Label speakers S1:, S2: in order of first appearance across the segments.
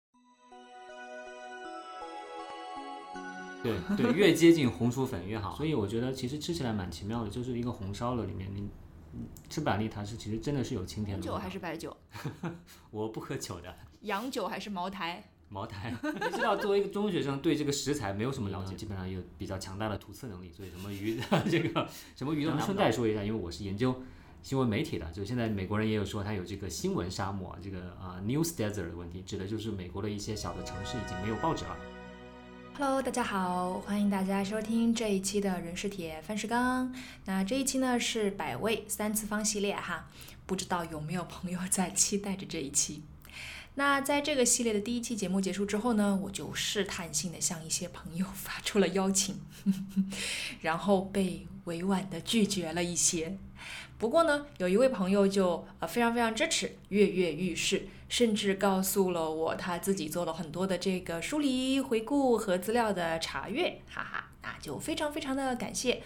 S1: 对对，越接近红薯粉越好。所以我觉得其实吃起来蛮奇妙的，就是一个红烧了里面你。嗯吃板栗它是其实真的是有清甜
S2: 红
S1: 的
S2: 酒
S1: 味道，
S2: 还是白酒？
S1: 我不喝酒的
S2: 洋酒还是茅台？
S1: 茅 台。你知道，作为一个中学生，对这个食材没有什么了解，基本上有比较强大的吐刺能力，所以什么鱼 的这个什么鱼都拿不到。顺带说一下，因为我是研究新闻媒体的，就现在美国人也有说他有这个新闻沙漠，这个啊、news desert 的问题，指的就是美国的一些小的城市已经没有报纸了。
S3: Hello，大家好，欢迎大家收听这一期的人是铁，饭是钢。那这一期呢是百味三次方系列哈，不知道有没有朋友在期待着这一期？那在这个系列的第一期节目结束之后呢，我就试探性的向一些朋友发出了邀请， 然后被委婉的拒绝了一些。不过呢，有一位朋友就呃非常非常支持，跃跃欲试，甚至告诉了我他自己做了很多的这个梳理、回顾和资料的查阅，哈哈，那就非常非常的感谢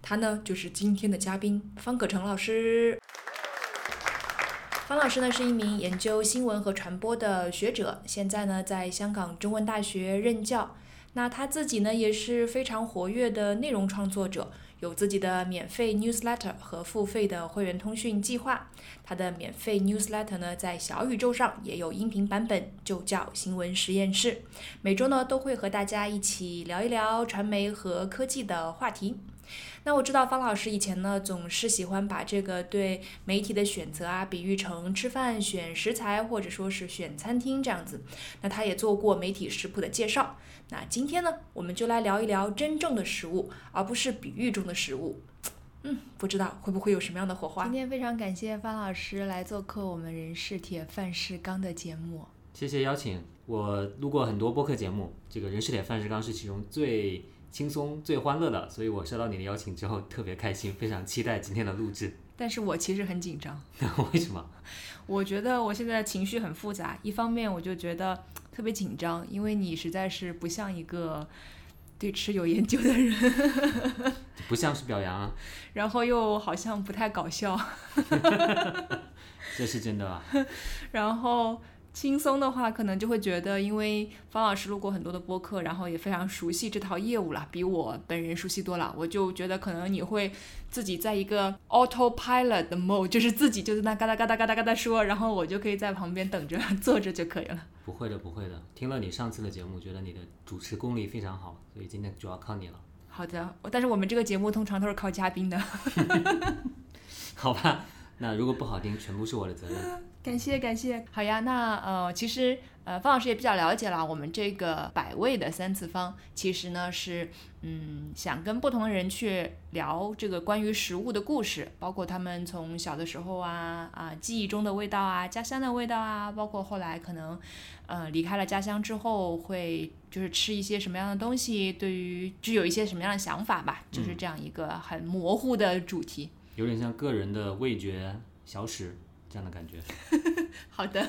S3: 他呢，就是今天的嘉宾方可成老师。方老师呢是一名研究新闻和传播的学者，现在呢在香港中文大学任教。那他自己呢也是非常活跃的内容创作者，有自己的免费 newsletter 和付费的会员通讯计划。他的免费 newsletter 呢，在小宇宙上也有音频版本，就叫新闻实验室。每周呢都会和大家一起聊一聊传媒和科技的话题。那我知道方老师以前呢，总是喜欢把这个对媒体的选择啊，比喻成吃饭选食材，或者说是选餐厅这样子。那他也做过媒体食谱的介绍。那今天呢，我们就来聊一聊真正的食物，而不是比喻中的食物。嗯，不知道会不会有什么样的火花
S2: 今？天非常感谢范老师来做客我们人是铁饭是钢的节目。
S1: 谢谢邀请，我录过很多播客节目，这个《人是铁，饭是钢》是其中最轻松、最欢乐的，所以我收到你的邀请之后特别开心，非常期待今天的录制。
S3: 但是我其实很紧张。
S1: 为什么？
S3: 我觉得我现在情绪很复杂，一方面我就觉得特别紧张，因为你实在是不像一个对吃有研究的人，
S1: 不像是表扬啊，
S3: 然后又好像不太搞笑，
S1: 这是真的吧？
S3: 然后。轻松的话，可能就会觉得，因为方老师录过很多的播客，然后也非常熟悉这套业务了，比我本人熟悉多了。我就觉得可能你会自己在一个 autopilot 的 mode，就是自己就在那嘎哒嘎哒嘎哒嘎哒说，然后我就可以在旁边等着 坐着就可以了。
S1: 不会的，不会的。听了你上次的节目，觉得你的主持功力非常好，所以今天主要靠你了，
S3: 好的，但是我们这个节目通常都是靠嘉宾的，
S1: 好吧？那如果不好听，全部是我的责任。
S3: 感谢感谢。好呀，那呃，其实呃，方老师也比较了解了，我们这个百味的三次方，其实呢是嗯，想跟不同的人去聊这个关于食物的故事，包括他们从小的时候啊啊，记忆中的味道啊，家乡的味道啊，包括后来可能呃离开了家乡之后会就是吃一些什么样的东西，对于就有一些什么样的想法吧，就是这样一个很模糊的主题。
S1: 有点像个人的味觉小史这样的感觉。
S3: 好的，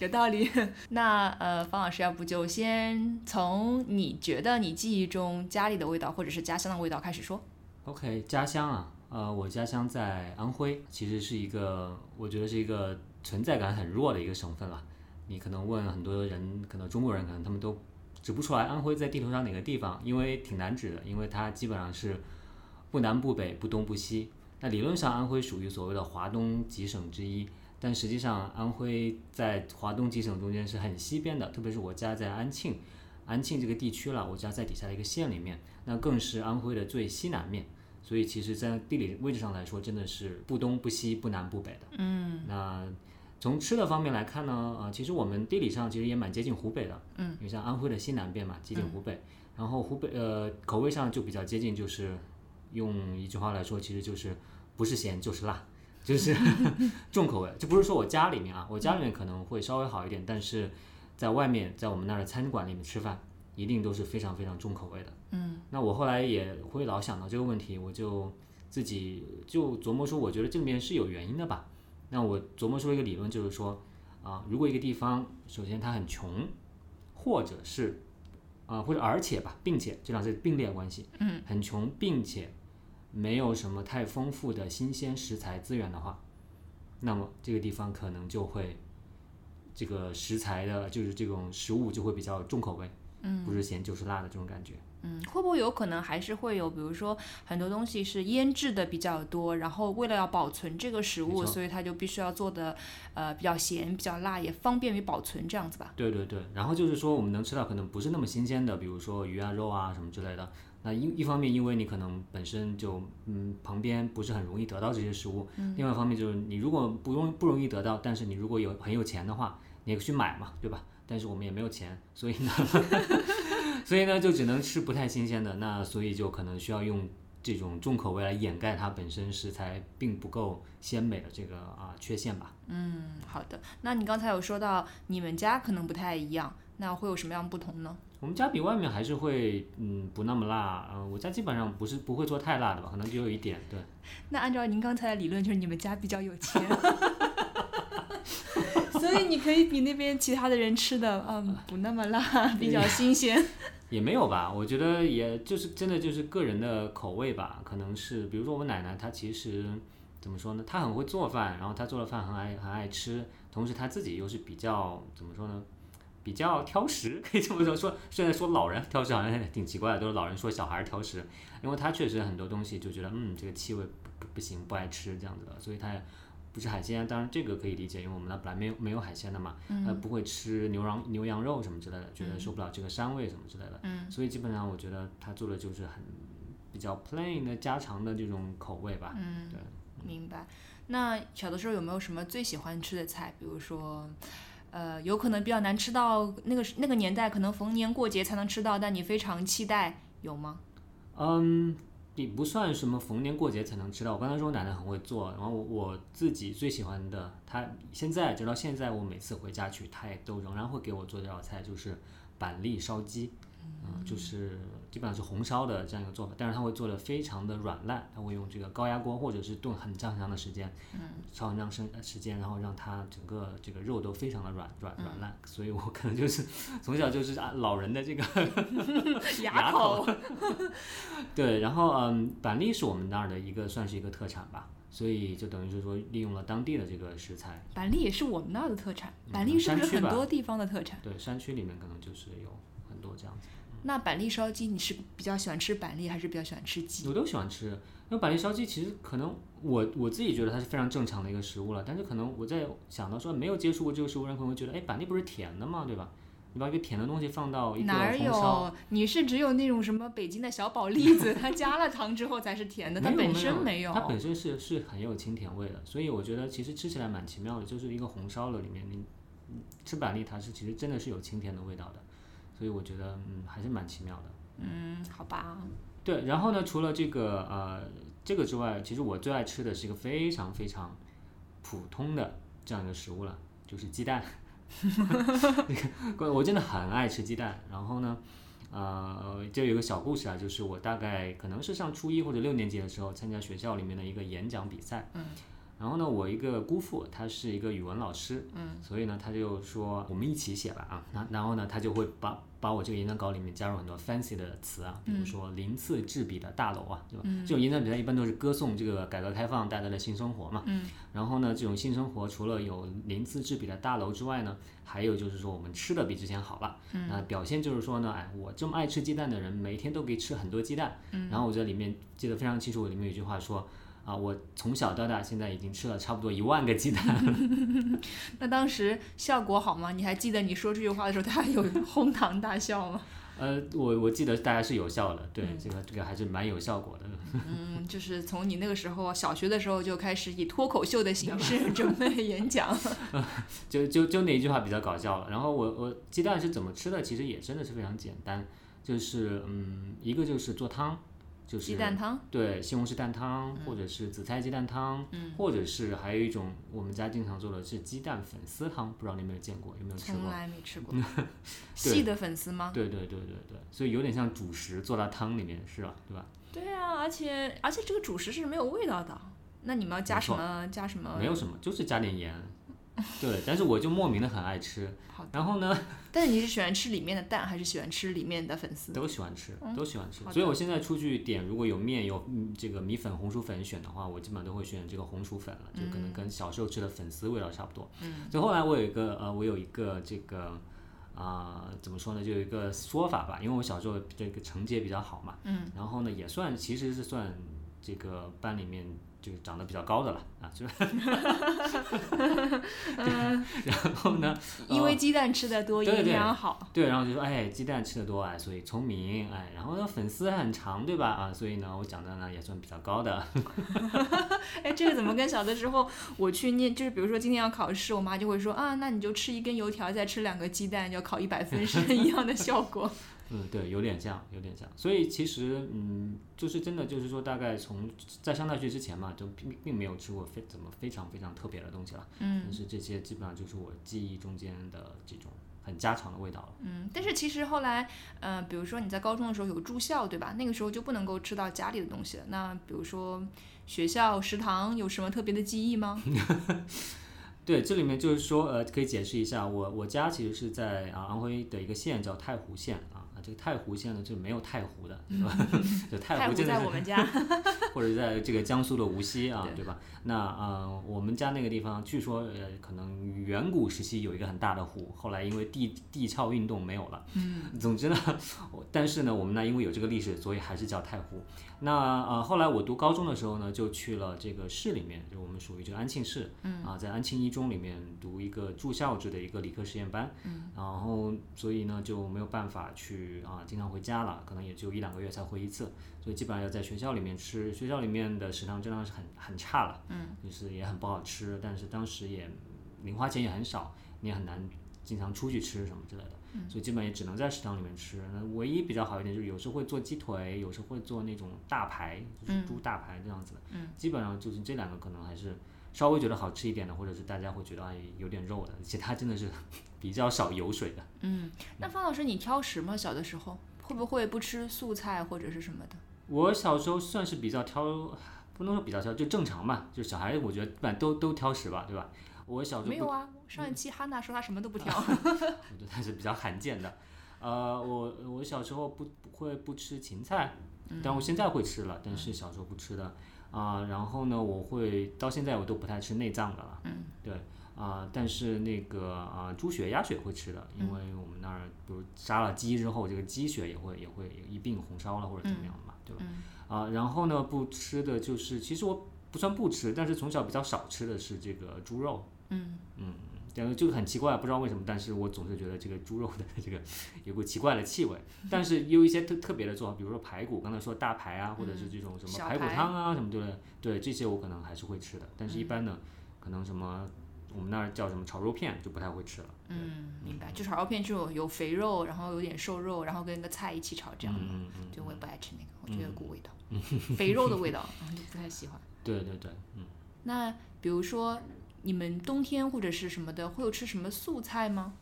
S3: 有道理。那呃，方老师，要不就先从你觉得你记忆中家里的味道或者是家乡的味道开始说。
S1: OK，家乡啊，呃，我家乡在安徽，其实是一个我觉得是一个存在感很弱的一个省份了。你可能问很多人，可能中国人可能他们都指不出来安徽在地图上哪个地方，因为挺难指的，因为它基本上是不南不北不东不西。那理论上安徽属于所谓的华东几省之一，但实际上安徽在华东几省中间是很西边的，特别是我家在安庆，安庆这个地区了，我家在底下的一个县里面，那更是安徽的最西南面。所以其实，在地理位置上来说，真的是不东不西、不南不北的。嗯，那从吃的方面来看呢，呃，其实我们地理上其实也蛮接近湖北的。嗯，因为像安徽的西南边嘛，接近湖北。然后湖北呃，口味上就比较接近，就是用一句话来说，其实就是不是咸就是辣， 就是重口味。就不是说我家里面啊，我家里面可能会稍微好一点，但是在外面，在我们那儿的餐馆里面吃饭，一定都是非常非常重口味的。那我后来也会老想到这个问题，我就自己就琢磨出，我觉得这里面是有原因的吧。那我琢磨出了一个理论，就是说，啊，如果一个地方首先它很穷，或者是啊，或者而且吧，并且这两是并列关系，嗯，很穷，并且没有什么太丰富的新鲜食材资源的话，那么这个地方可能就会这个食材的，就是这种食物就会比较重口味。嗯，不是咸就是辣的这种感觉。
S3: 嗯，会不会有可能还是会有，比如说很多东西是腌制的比较多，然后为了要保存这个食
S1: 没
S3: 物，
S1: 错
S3: 所以它就必须要做的呃比较咸、比较辣，也方便于保存这样子吧？
S1: 对对对，然后就是说我们能吃到可能不是那么新鲜的，比如说鱼啊、肉啊什么之类的。那一一方面，因为你可能本身就嗯旁边不是很容易得到这些食物，另外一方面就是你如果不容不容易得到，但是你如果有很有钱的话，你也去买嘛，对吧？但是我们也没有钱，所以呢， 所以呢就只能吃不太新鲜的，那所以就可能需要用这种重口味来掩盖它本身食材并不够鲜美的这个啊缺陷吧。
S3: 嗯，好的。那你刚才有说到你们家可能不太一样，那会有什么样不同呢？
S1: 我们家比外面还是会，嗯，不那么辣。嗯、我家基本上不是不会做太辣的吧，可能只有一点。对，
S3: 那按照您刚才的理论，就是你们家比较有 钱，所以你可以比那边其他的人吃的嗯
S1: 啊
S3: 不那么辣，比较 新鲜。
S1: 也没有吧。我觉得也就是真的就是个人的口味吧，可能是比如说我奶奶她其实怎么说呢，她很会做饭，然后她做的饭很爱很爱吃，同时她自己又是比较怎么说呢，比较挑食， 可以这么说。说虽然说老人挑食好像挺奇怪的，都是老人说小孩挑食，因为她确实很多东西就觉得嗯这个气味不不不行，不爱吃这样子的，所以她也。不吃海鲜，当然这个可以理解，因为我们那本来没有没有海鲜的嘛，
S3: 嗯
S1: 呃，不会吃牛羊牛羊肉什么之类的，觉得受不了这个膻味什么之类的，
S3: 嗯
S1: 所以基本上我觉得他做的就是很比较 plain 的家常的这种口味吧。
S3: 嗯
S1: 对，
S3: 明白。那小的时候有没有什么最喜欢吃的菜？比如说，呃，有可能比较难吃到那个那个年代，可能逢年过节才能吃到，但你非常期待，有吗？
S1: 嗯，也不算什么逢年过节才能吃到。我刚才说我奶奶很会做，然后我我自己最喜欢的，她现在直到现在，我每次回家去，她也都仍然会给我做这道菜，就是板栗烧鸡。嗯，就是基本上是红烧的这样一个做法，但是它会做的非常的软烂，它会用这个高压锅或者是炖很长很长的时间，烧很长时呃时间，然后让它整个这个肉都非常的软软软烂，所以我可能就是从小就是啊老人的这个牙口，对，然后嗯，板栗是我们那儿的一个算是一个特产吧，所以就等于是说利用了当地的这个食材，
S3: 板栗也是我们那儿的特产，
S1: 嗯
S3: 板栗是不是
S1: 山区
S3: 很
S1: 吧
S3: 多地方的特产？
S1: 对，山区里面可能就是有很多这样子，
S3: 那板栗烧鸡，你是比较喜欢吃板栗，还是比较喜欢吃鸡？
S1: 我都喜欢吃。因为板栗烧鸡其实可能我我自己觉得它是非常正常的一个食物了，但是可能我在想到说没有接触过这个食物，人可能会觉得，哎，板栗不是甜的吗？对吧？你把一个甜的东西放到一个
S3: 哪儿
S1: 红烧，
S3: 有？你是只有那种什么北京的小宝栗子，它加了糖之后才是甜的，它
S1: 没有
S3: 本
S1: 没
S3: 身
S1: 有
S3: 没有。
S1: 它本身是是很有清甜味的，所以我觉得其实吃起来蛮奇妙的，就是一个红烧了里面，你你吃板栗它是其实真的是有清甜的味道的，所以我觉得嗯还是蛮奇妙的。
S3: 嗯，好吧，
S1: 对，然后呢，除了这个呃这个之外，其实我最爱吃的是一个非常非常普通的这样一个食物了，就是鸡蛋。 我真的很爱吃鸡蛋。然后呢，呃，这有一个小故事啊，就是我大概可能是上初一或者六年级的时候，参加学校里面的一个演讲比赛。嗯。然后呢，我一个姑父，他是一个语文老师，嗯，所以呢，他就说我们一起写吧啊，那然后呢，他就会把把我这个演讲稿里面加入很多 fancy 的词啊，比如说鳞次栉比的大楼啊，对吧？这种演讲比赛一般都是歌颂这个改革开放带来的新生活嘛，嗯，然后呢，这种新生活除了有鳞次栉比的大楼之外呢，还有就是说我们吃的比之前好了，那表现就是说呢，哎，我这么爱吃鸡蛋的人，每天都可以吃很多鸡蛋。然后我在里面记得非常清楚，里面有一句话说。啊，我从小到大现在已经吃了差不多一万个鸡蛋，
S3: 那当时效果好吗？你还记得你说这句话的时候，大家有哄堂大 笑吗？
S1: 呃，我我记得大家是有效的，对，这个这个还是蛮有效果的。
S3: 嗯，就是从你那个时候小学的时候就开始以脱口秀的形 式准备演讲。
S1: 就就就那一句话比较搞笑了。然后我我鸡蛋是怎么吃的，其实也真的是非常简单，就是嗯，一个就是做汤，就是
S3: 鸡蛋汤，嗯
S1: 对，西红柿蛋汤，或者是紫菜鸡蛋汤，或者是还有一种我们家经常做的是鸡蛋粉丝汤，不知道你有没有见过，有没有吃
S3: 从
S1: 过？
S3: 来没吃 过。细的粉丝吗？
S1: 对对对对对，所以有点像主食做到汤里面是吧？对吧？
S3: 对啊，而且而且这个主食是没有味道的。那你们要加
S1: 没
S3: 什
S1: 错
S3: 么？加什么？
S1: 没有什么，就是加点盐。对，但是我就莫名的很爱吃
S3: 好的，
S1: 然后呢
S3: 但是你是喜欢吃里面的蛋，还是喜欢吃里面的粉丝？
S1: 都喜欢吃，都喜欢吃
S3: 嗯好，的
S1: 所以我现在出去点，如果有面有嗯这个米粉、红薯粉选的话，我基本上都会选这个红薯粉了，就
S3: 嗯
S1: 可能跟小时候吃的粉丝味道差不多。嗯，所以后来我有一个呃，我有一个这个啊、怎么说呢，就有一个说法吧，因为我小时候这个成绩也比较好嘛，嗯，然后呢也算其实是算这个班里面就是长得比较高的了啊，就，
S3: 嗯
S1: 对然后呢，
S3: 因为鸡蛋吃的多，
S1: 嗯对对
S3: 营养好。
S1: 对，然后就说哎，鸡蛋吃的多哎，所以聪明哎，然后呢粉丝还很长对吧啊，所以呢我长得呢也算比较高的，
S3: 哎，这个怎么跟小的时候我去念，就是比如说今天要考试，我妈就会说啊，那你就吃一根油条，再吃两个鸡蛋，要考一百分是一样的 效果。
S1: 嗯，对，有点像，有点像。所以其实，嗯，就是真的，就是说，大概从在上大学之前嘛，就并并没有吃过非怎么非常非常特别的东西了。嗯，但是这些基本上就是我记忆中间的这种很家常的味道了。
S3: 嗯，但是其实后来，呃，比如说你在高中的时候有住校，对吧？那个时候就不能够吃到家里的东西了。那比如说学校食堂有什么特别的记忆 吗？
S1: 对，这里面就是说，呃，可以解释一下，我我家其实是在啊安徽的一个县叫太湖县啊，啊这个太湖县呢就没有太湖的，对吧？ 就太
S3: 太
S1: 湖
S3: 湖
S1: 真的
S3: 在
S1: 是
S3: 我们家，
S1: 或者在这个江苏的无锡啊，
S3: 对
S1: 对吧？那呃，我们家那个地方，据说呃，可能远古时期有一个很大的湖，后来因为地地壳运动没有了。嗯，总之呢， 我但是呢，我们呢因为有这个历史，所以还是叫太湖。那呃，后来我读高中的时候呢，就去了这个市里面，就我们属于这个安庆市，嗯啊，在安庆一中里面读一个住校制的一个理科实验班，嗯，然后所以呢就没有办法去啊，经常回家了，可能也就一两个月才回一次。所以基本上要在学校里面吃，学校里面的食堂质量是很很差了，嗯，就是也很不好吃，但是当时也零花钱也很少，你也很难经常出去吃什么之类的，所以基本上也只能在食堂里面吃。那唯一比较好一点就是有时候会做鸡腿，有时候会做那种大排，就是猪大排这样子的，嗯，基本上就是这两个可能还是稍微觉得好吃一点的，或者是大家会觉得哎有点肉的，其他真的是 比较少油水的。
S3: 那方老师你挑食吗？小的时候会不会不吃素菜或者是什么的？
S1: 我小时候算是比较挑，不能说比较挑，就正常嘛，就小孩，我觉得一般都都挑食吧，对吧？我小时候
S3: 没
S1: 不嗯
S3: 有啊，上一期哈娜说她什么都不挑。
S1: 我 觉得还是比较罕见的。呃，我我小时候不不会不吃芹菜，
S3: 嗯
S1: 但我现在会吃了，但是小时候不吃的啊、然后呢，我会到现在我都不太吃内脏的了。嗯，对啊、但是那个啊、猪血、鸭血会吃的，因
S3: 嗯
S1: 为我们那儿比如杀了鸡之后，这个鸡血也会也会一并红烧了或者怎
S3: 嗯
S1: 么样的嘛， 对吧？啊、然后呢，不吃的就是其实我不算不吃，但是从小比较少吃的是这个猪肉。
S3: 嗯
S1: 然后就很奇怪，不知道为什么，但是我总是觉得这个猪肉的 这个有股奇怪的 气味，但是也有一些特特别的做法，比如说排骨，刚才说大排啊，或者是这种什么
S3: 嗯小
S1: 排骨
S3: 排
S1: 汤啊什么之类的，对这些我可能还是会吃的，但是一
S3: 嗯
S1: 般呢，可能什么我们那儿叫什么炒肉片就不太会吃了，对
S3: 嗯，明白，就炒肉片这种有肥肉，然后有点瘦肉，然后跟个菜一起炒这样的，
S1: 嗯嗯嗯，
S3: 就我也不爱吃那个，我觉得有股味道， 肥肉的味道，嗯，就不太喜欢。
S1: 对对对，嗯，
S3: 那比如说你们冬天或者是什么的，会有吃什么素菜吗？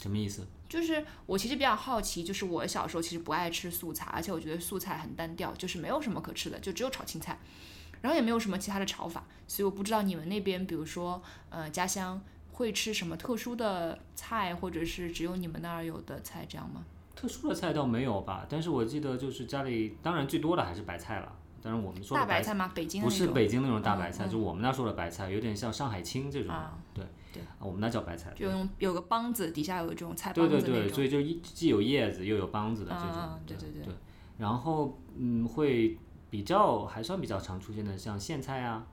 S1: 什么意思？
S3: 就是我其实比较好奇，就是我小时候其实不爱吃素菜，而且我觉得素菜很单调，就是没有什么可吃的，就只有炒青菜，然后也没有什么其他的炒法，所以我不知道你们那边，比如说呃家乡会吃什么特殊的菜，或者是只有你们那儿有的菜这样吗？
S1: 特殊的菜倒没有吧，但是我记得就是家里当然最多的还是白菜了，当然我们说
S3: 大
S1: 的
S3: 白
S1: 白
S3: 菜吗？北京的
S1: 不
S3: 那
S1: 是
S3: 种，
S1: 北京那种大
S3: 嗯
S1: 白菜，
S3: 嗯
S1: 就我们那说的白菜，有点像上海青这种的，
S3: 啊
S1: 对
S3: 对
S1: 啊，我们那叫白菜。
S3: 就用有个帮子，底下有一种菜帮
S1: 对
S3: 子
S1: 对
S3: 那种。
S1: 对，所以就一既有叶子又有帮子的这种。
S3: 啊对对对
S1: 对。然后嗯，会比较还算比较常出现的，像苋菜啊，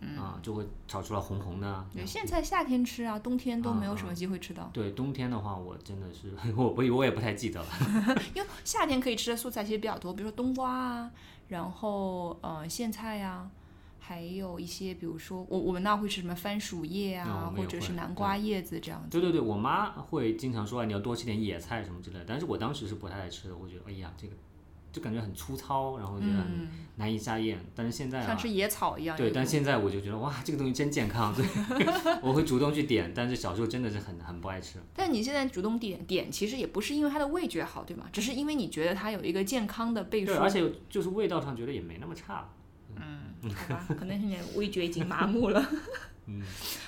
S3: 嗯
S1: 啊就会炒出来红红的啊。
S3: 对，苋菜夏天吃啊，冬天都没有什么机会吃到，
S1: 对，冬天的话，我真的是 我不我也不太记得了。
S3: 因为夏天可以吃的素菜其实比较多，比如说冬瓜啊，然后呃苋菜呀、还有一些比如说我我们那会吃什么番薯叶
S1: 嗯
S3: 啊
S1: 我，们
S3: 或
S1: 也
S3: 者是
S1: 会
S3: 南瓜叶子这样子。
S1: 对对对，我妈会经常说啊，你要多吃点野菜什么之类的，但是我当时是不太爱吃的，我觉得哎呀这个就感觉很粗糙，然后觉得很
S3: 嗯，
S1: 难以下咽。但是现在啊
S3: 像，吃野草一样。
S1: 对，
S3: 有
S1: 但
S3: 种
S1: 现在我就觉得哇，这个东西真健 康，所以我会主动去点。但是小时候真的是很很不爱吃。
S3: 但你现在主动点点，其实也不是因为它的味觉好，对吗？只是因为你觉得它有一个健康的背书
S1: 对，。而且就是味道上觉得也没那么差了。
S3: 好吧，可能是你的味觉已经麻木 了。嗯，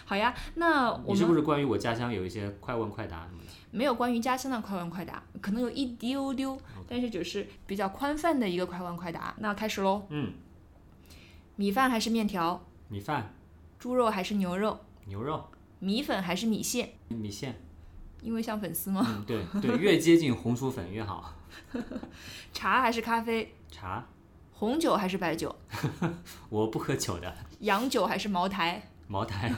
S3: 好呀，那我
S1: 你是不
S3: 们
S1: 是关于我家乡有一些快问快答什么的？
S3: 没有关于家乡的快问快答，可能有一丢丢，但是就是比较宽泛的一个快问快答。那开始喽，
S1: 嗯，
S3: 米饭还是面条？
S1: 米饭、
S3: 猪肉还是牛肉？
S1: 牛肉、
S3: 米粉还是米线？
S1: 米线、
S3: 因为像粉丝嘛，
S1: 嗯，对对，越接近红薯粉越好。
S3: 茶还是咖啡，
S1: 茶，
S3: 红酒还是白酒，
S1: 我不喝酒的，
S3: 洋酒还是茅台？
S1: 茅台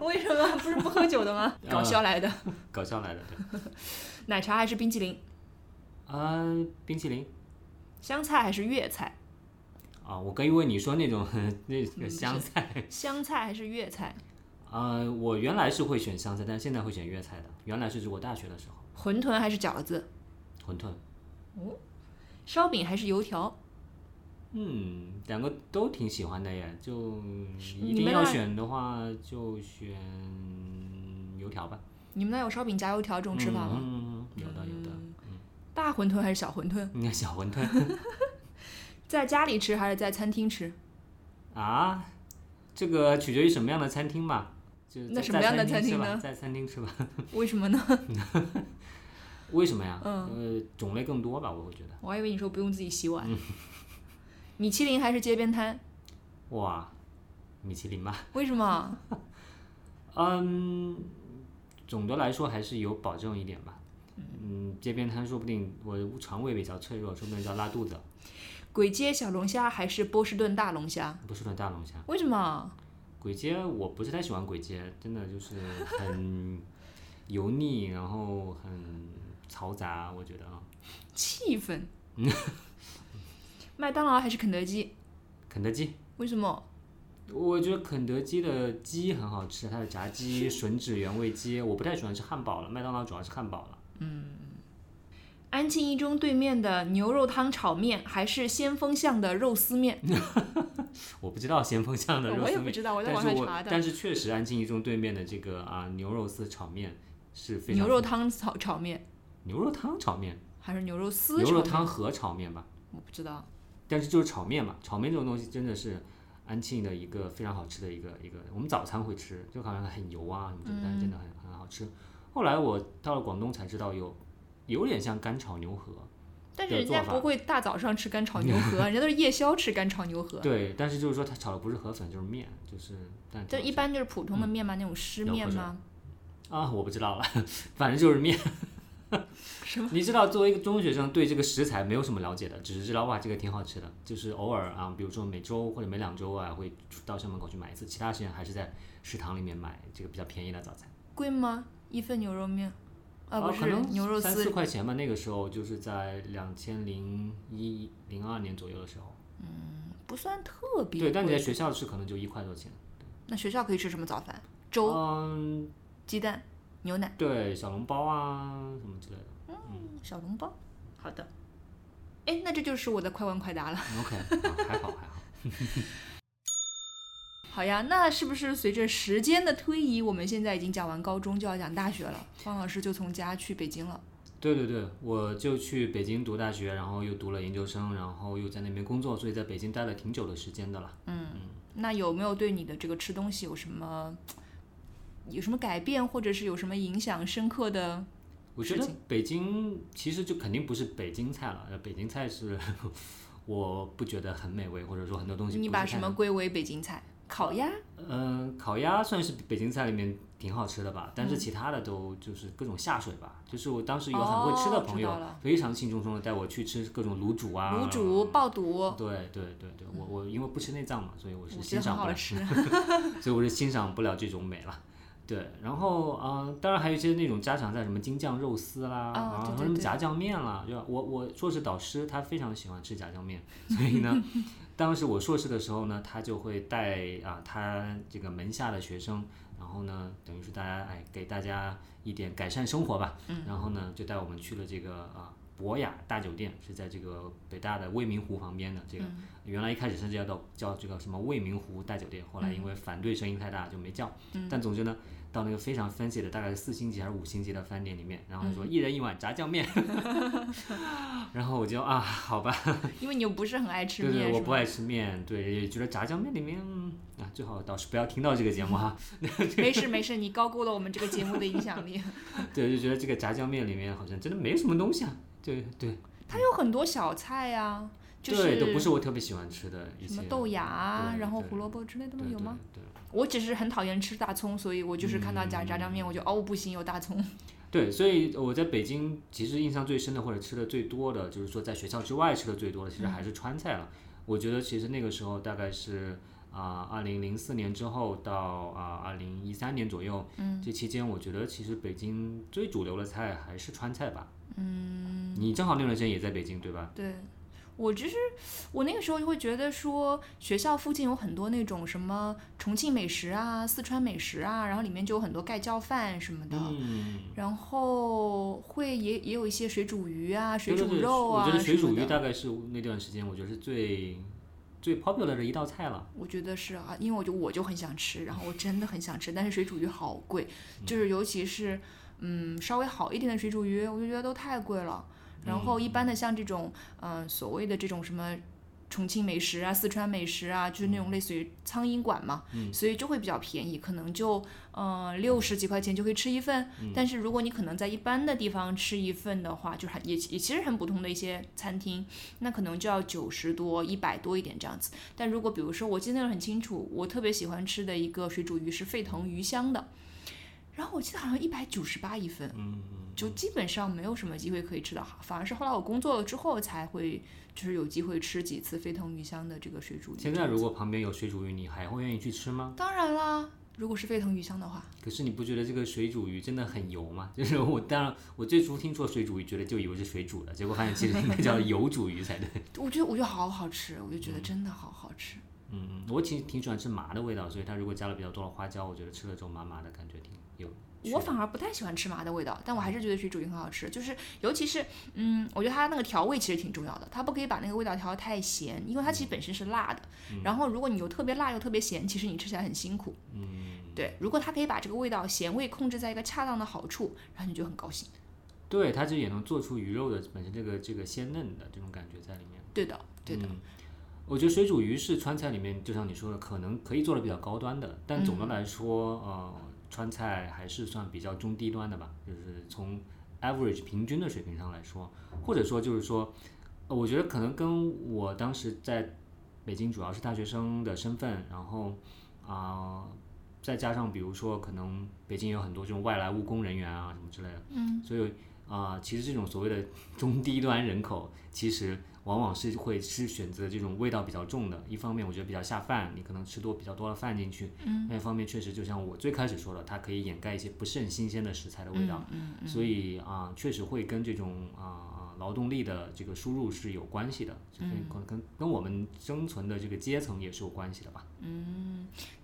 S3: 为什么不是不喝酒的吗？搞笑来的。
S1: 搞笑来的，对，
S3: 奶茶还是冰淇淋？
S1: 啊、冰淇淋
S3: 湘菜还是粤菜？
S1: 啊，我刚以为你说那种那
S3: 嗯
S1: 个湘菜
S3: 湘菜还是粤菜？
S1: 啊、我原来是会选湘菜，但现在会选粤菜的。原来是指我大学的时候，
S3: 馄饨还是饺子？
S1: 馄饨，
S3: 烧饼还是油条？
S1: 嗯，两个都挺喜欢的耶。就一
S3: 你
S1: 定
S3: 们
S1: 要
S3: 那
S1: 选的话，就选油条吧。
S3: 你们那有烧饼加油条这种吃法吗？
S1: 嗯，有的有的，
S3: 大馄饨还是小馄饨？
S1: 应该小馄饨
S3: 在家里吃还是在餐厅吃？
S1: 啊，这个取决于什么样的餐厅吧。就
S3: 那
S1: 在
S3: 什么样的
S1: 在餐
S3: 餐厅
S1: 吃吧
S3: 呢
S1: 在餐厅吃吧。
S3: 为什么呢？
S1: 为什么呀？
S3: 嗯
S1: 呃，种类更多吧，我会觉得。
S3: 我还以为你说不用自己洗碗。米其林还是街边摊？
S1: 哇，米其林吧。
S3: 为什么？
S1: 嗯，总的来说还是有保证一点吧。嗯，街边摊说不定我肠胃比较脆弱，说不定叫拉肚子，
S3: 簋街小龙虾还是波士顿大龙虾？
S1: 不是算大龙虾。
S3: 为什么？
S1: 鬼街我不是太喜欢鬼街，真的就是很油腻，然后很嘈杂，我觉得啊。
S3: 气氛。麦当劳还是肯德基？
S1: 肯德基，
S3: 为什么？
S1: 我觉得肯德基的鸡很好吃，它的炸鸡、 吮指原味鸡，我不太喜欢吃汉堡了，麦当劳主要是汉堡了。
S3: 安庆一中对面的牛肉汤炒面还是先锋巷的肉丝面？
S1: 我不知道咸丰巷的肉丝面，
S3: 哦我也不知道，我在
S1: 但
S3: 网
S1: 是
S3: 上
S1: 我
S3: 查的
S1: 但。是确实安庆一中对面的这个啊牛肉丝炒面是非常
S3: 牛肉汤炒炒面
S1: 牛肉汤炒面，
S3: 还是牛肉丝炒面？
S1: 牛肉汤和炒面吧，
S3: 我不知道。
S1: 但是就是炒面嘛，炒面这种东西真的是安庆的一个非常好吃的一个一个，我们早餐会吃，就好像很油啊什么的，但是真的很很好吃。后来我到了广东才知道有有点像干炒牛河，
S3: 但是人家
S1: 的做法
S3: 不会大早上吃 干炒牛河，啊人家都是夜宵吃干炒牛河。啊
S1: 对，但是就是说它炒的不是河粉就是面，就是但
S3: 就一般就是普
S1: 嗯
S3: 通的面嘛，那种湿
S1: 有
S3: 面
S1: 口水
S3: 嘛。
S1: 啊，我不知道了，反正就是面。你知道，作为一个中学生，对这个食材没有什么了解的，只是知道哇，这个挺好吃的。就是偶尔啊，比如说每周或者每两周啊，会到校门口去买一次，其他时间还是在食堂里面买这个比较便宜的早餐。哦
S3: 贵吗？一份牛肉面？啊，不
S1: 可
S3: 是
S1: 能
S3: 牛肉
S1: 三四
S3: 丝。
S1: 块钱吧。那个时候就是在两千零一零二年左右的时候，
S3: 不算特别
S1: 对。但你在
S3: 贵
S1: 学校吃可能就一块多钱。
S3: 那学校可以吃什么早饭？粥、
S1: 嗯，
S3: 鸡蛋、牛奶、
S1: 对，小笼包啊什么之类的。
S3: 小笼包。好的。哎，那这就是我的快问快答了。
S1: OK，好还好还好。
S3: 好呀，那是不是随着时间的推移，我们现在已经讲完高中，就要讲大学了？方老师就从家去北京了。
S1: 对对对，我就去北京读大学，然后又读了研究生，然后又在那边工作，所以在北京待了挺久的时间的了。
S3: 那有没有对你的这个吃东西有什么有什么改变，或者是有什么影响深刻的？
S1: 我觉得北京其实就肯定不是北京菜了，呃北京菜是我不觉得很美味，或者说很多东西不
S3: 你
S1: 是
S3: 把
S1: 太
S3: 什么
S1: 能？
S3: 归为北京菜？烤鸭、
S1: 嗯、烤鸭算是北京菜里面挺好吃的吧，但是
S3: 嗯
S1: 其他的都就是各种下水吧。就是我当时有很会吃的
S3: 哦
S1: 朋
S3: 知
S1: 友，
S3: 道了
S1: 非常兴冲冲的带我去吃各种卤煮啊，
S3: 卤煮、爆肚，
S1: 对对对对，我我因为不吃内脏嘛，所以我是
S3: 我
S1: 欣
S3: 觉得很
S1: 赏不
S3: 好
S1: 了
S3: 吃。
S1: 所以我是欣赏不了这种美了。对，然后啊、呃当然还有一些那种家常菜，什么京酱肉丝啦，
S3: 哦
S1: 啊，
S3: 对对
S1: 什么
S3: 对
S1: 炸酱面啦，对吧？我我硕士导师他非常喜欢吃炸酱面，所以 呢，当时我硕士的时候呢，他就会带啊他这个门下的学生，然后呢，等于是大家哎给大家一点改善生活吧，
S3: 嗯
S1: 然后呢就带我们去了这个啊博雅大酒店，是在这个北大的未名湖旁边的这个。原来一开始是叫到叫这个什么未名湖大酒店，后
S3: 嗯
S1: 来因为反对声音太大就没叫。但总之呢，到那个非常 fancy 的，大概是四星级还是五星级的饭店里面，然后他说
S3: 嗯
S1: 一人一碗炸酱 面，然后我就啊好吧，
S3: 因为你又不是很爱吃
S1: 对
S3: 面，
S1: 对，
S3: 是
S1: 我
S3: 吧
S1: 不爱吃面，对，也觉得炸酱面里面嗯啊最好倒是不要听到这个节目啊哈，
S3: 没事没事，你高估了我们这个节目的影 响力。
S1: 对，就觉得这个炸酱面里面好像真的没什么东西啊，对对，
S3: 它有很多小菜呀、啊就是
S1: 对，都不是我特别喜欢吃的一
S3: 什
S1: 些
S3: 么豆芽啊，
S1: 对
S3: 然后
S1: 对
S3: 胡萝卜之类的吗？
S1: 对
S3: 有吗？？
S1: 对嗯对
S3: 我只是很讨厌吃大葱，所以我就是看到炸炸酱面，我就哦不行，有大葱。
S1: 对，所以我在北京其实印象最深的或者吃的最多的，就是说在学校之外吃的最多的，其
S3: 嗯
S1: 实还是川菜了。我觉得其实那个时候大概是啊，二零零四年之后到啊二零一三年左右，嗯，这期间我觉得其实北京最主流的菜还是川菜吧。嗯，你正好那段时间也在北京对吧？
S3: 对，我就是我那个时候就会觉得说，学校附近有很多那种什么重庆美食啊、四川美食啊，然后里面就有很多盖浇饭什么的，
S1: 嗯，
S3: 然后会也也有一些水煮鱼啊、水
S1: 对对
S3: 煮
S1: 对
S3: 肉啊
S1: 我觉得水
S3: 什么
S1: 煮鱼
S3: 的
S1: 大概是那段时间我觉得是最最 popular 的一道菜了。
S3: 我觉得是啊，因为我就我就很想吃，然后我真的很想吃，但是水煮鱼好贵， 就是尤其是嗯稍微好一点的水煮鱼，我就觉得都太贵了。然后一般的像这种嗯、呃所谓的这种什么重庆美食啊、四川美食啊，就是那种类似于苍蝇馆嘛，所以就会比较便宜，可能就嗯六十几块钱就可以吃一份。但是如果你可能在一般的地方吃一份的话，就是很也也其实很普通的一些餐厅，那可能就要九十多、一百多一点这样子。但如果比如说，我记得很清楚，我特别喜欢吃的一个水煮鱼是沸腾鱼香的，然后我记得好像一百九十八一份，就基本上没有什么机会可以吃到好，反而是后来我工作了之后才会就是有机会吃几次沸腾鱼香的这个水煮鱼。
S1: 现在如果旁边有水煮鱼，你还会愿意去吃吗？
S3: 当然啦，如果是沸腾鱼香的话，
S1: 可是你不觉得这个水煮鱼真的很油吗？ 就是我当然我最初听说水煮鱼，觉得就以为是水煮的，结果发现其实应该叫油煮鱼才对。
S3: 我觉得我觉得好好吃，我就觉得真的好好吃。
S1: 嗯，我挺挺喜欢吃麻的味道，所以它如果加了比较多的花椒，我觉得吃了之后麻麻的感觉挺有趣的。
S3: 我反而不太喜欢吃麻的味道，但我还是觉得水煮鱼很好吃。就是尤其是，嗯，我觉得它那个调味其实挺重要的，它不可以把那个味道调得太咸，因为它其实本身是辣的。然后如果你又特别辣又特别咸，其实你吃起来很辛苦。嗯，对。如果它可以把这个味道咸味控制在一个恰当的好处，然后你就很高兴。
S1: 对，它其实也能做出鱼肉的本身这个这个鲜嫩的这种感觉在里面。
S3: 对的，对的。
S1: 我觉得水煮鱼是川菜里面，就像你说的，可能可以做的比较高端的，但总的来说，呃，川菜还是算比较中低端的吧，就是从 average 平均的水平上来说，或者说就是说，呃我觉得可能跟我当时在北京主要是大学生的身份，然后啊、再加上比如说可能北京有很多这种外来务工人员啊什么之类的，嗯，所以啊、其实这种所谓的 中低端人口，其实往往是会是选择这种味道比较重的。一方面，我觉得比较下饭，你可能吃多比较多的饭进去；，嗯、另一方面，确实就像我最开始说的，它可以掩盖一些不甚新鲜的食材的味道，嗯所以啊、确实会跟这种啊、啊劳动力的这个输入是有关系的，就跟、可能跟跟我们生存的这个阶层也是有关系的吧。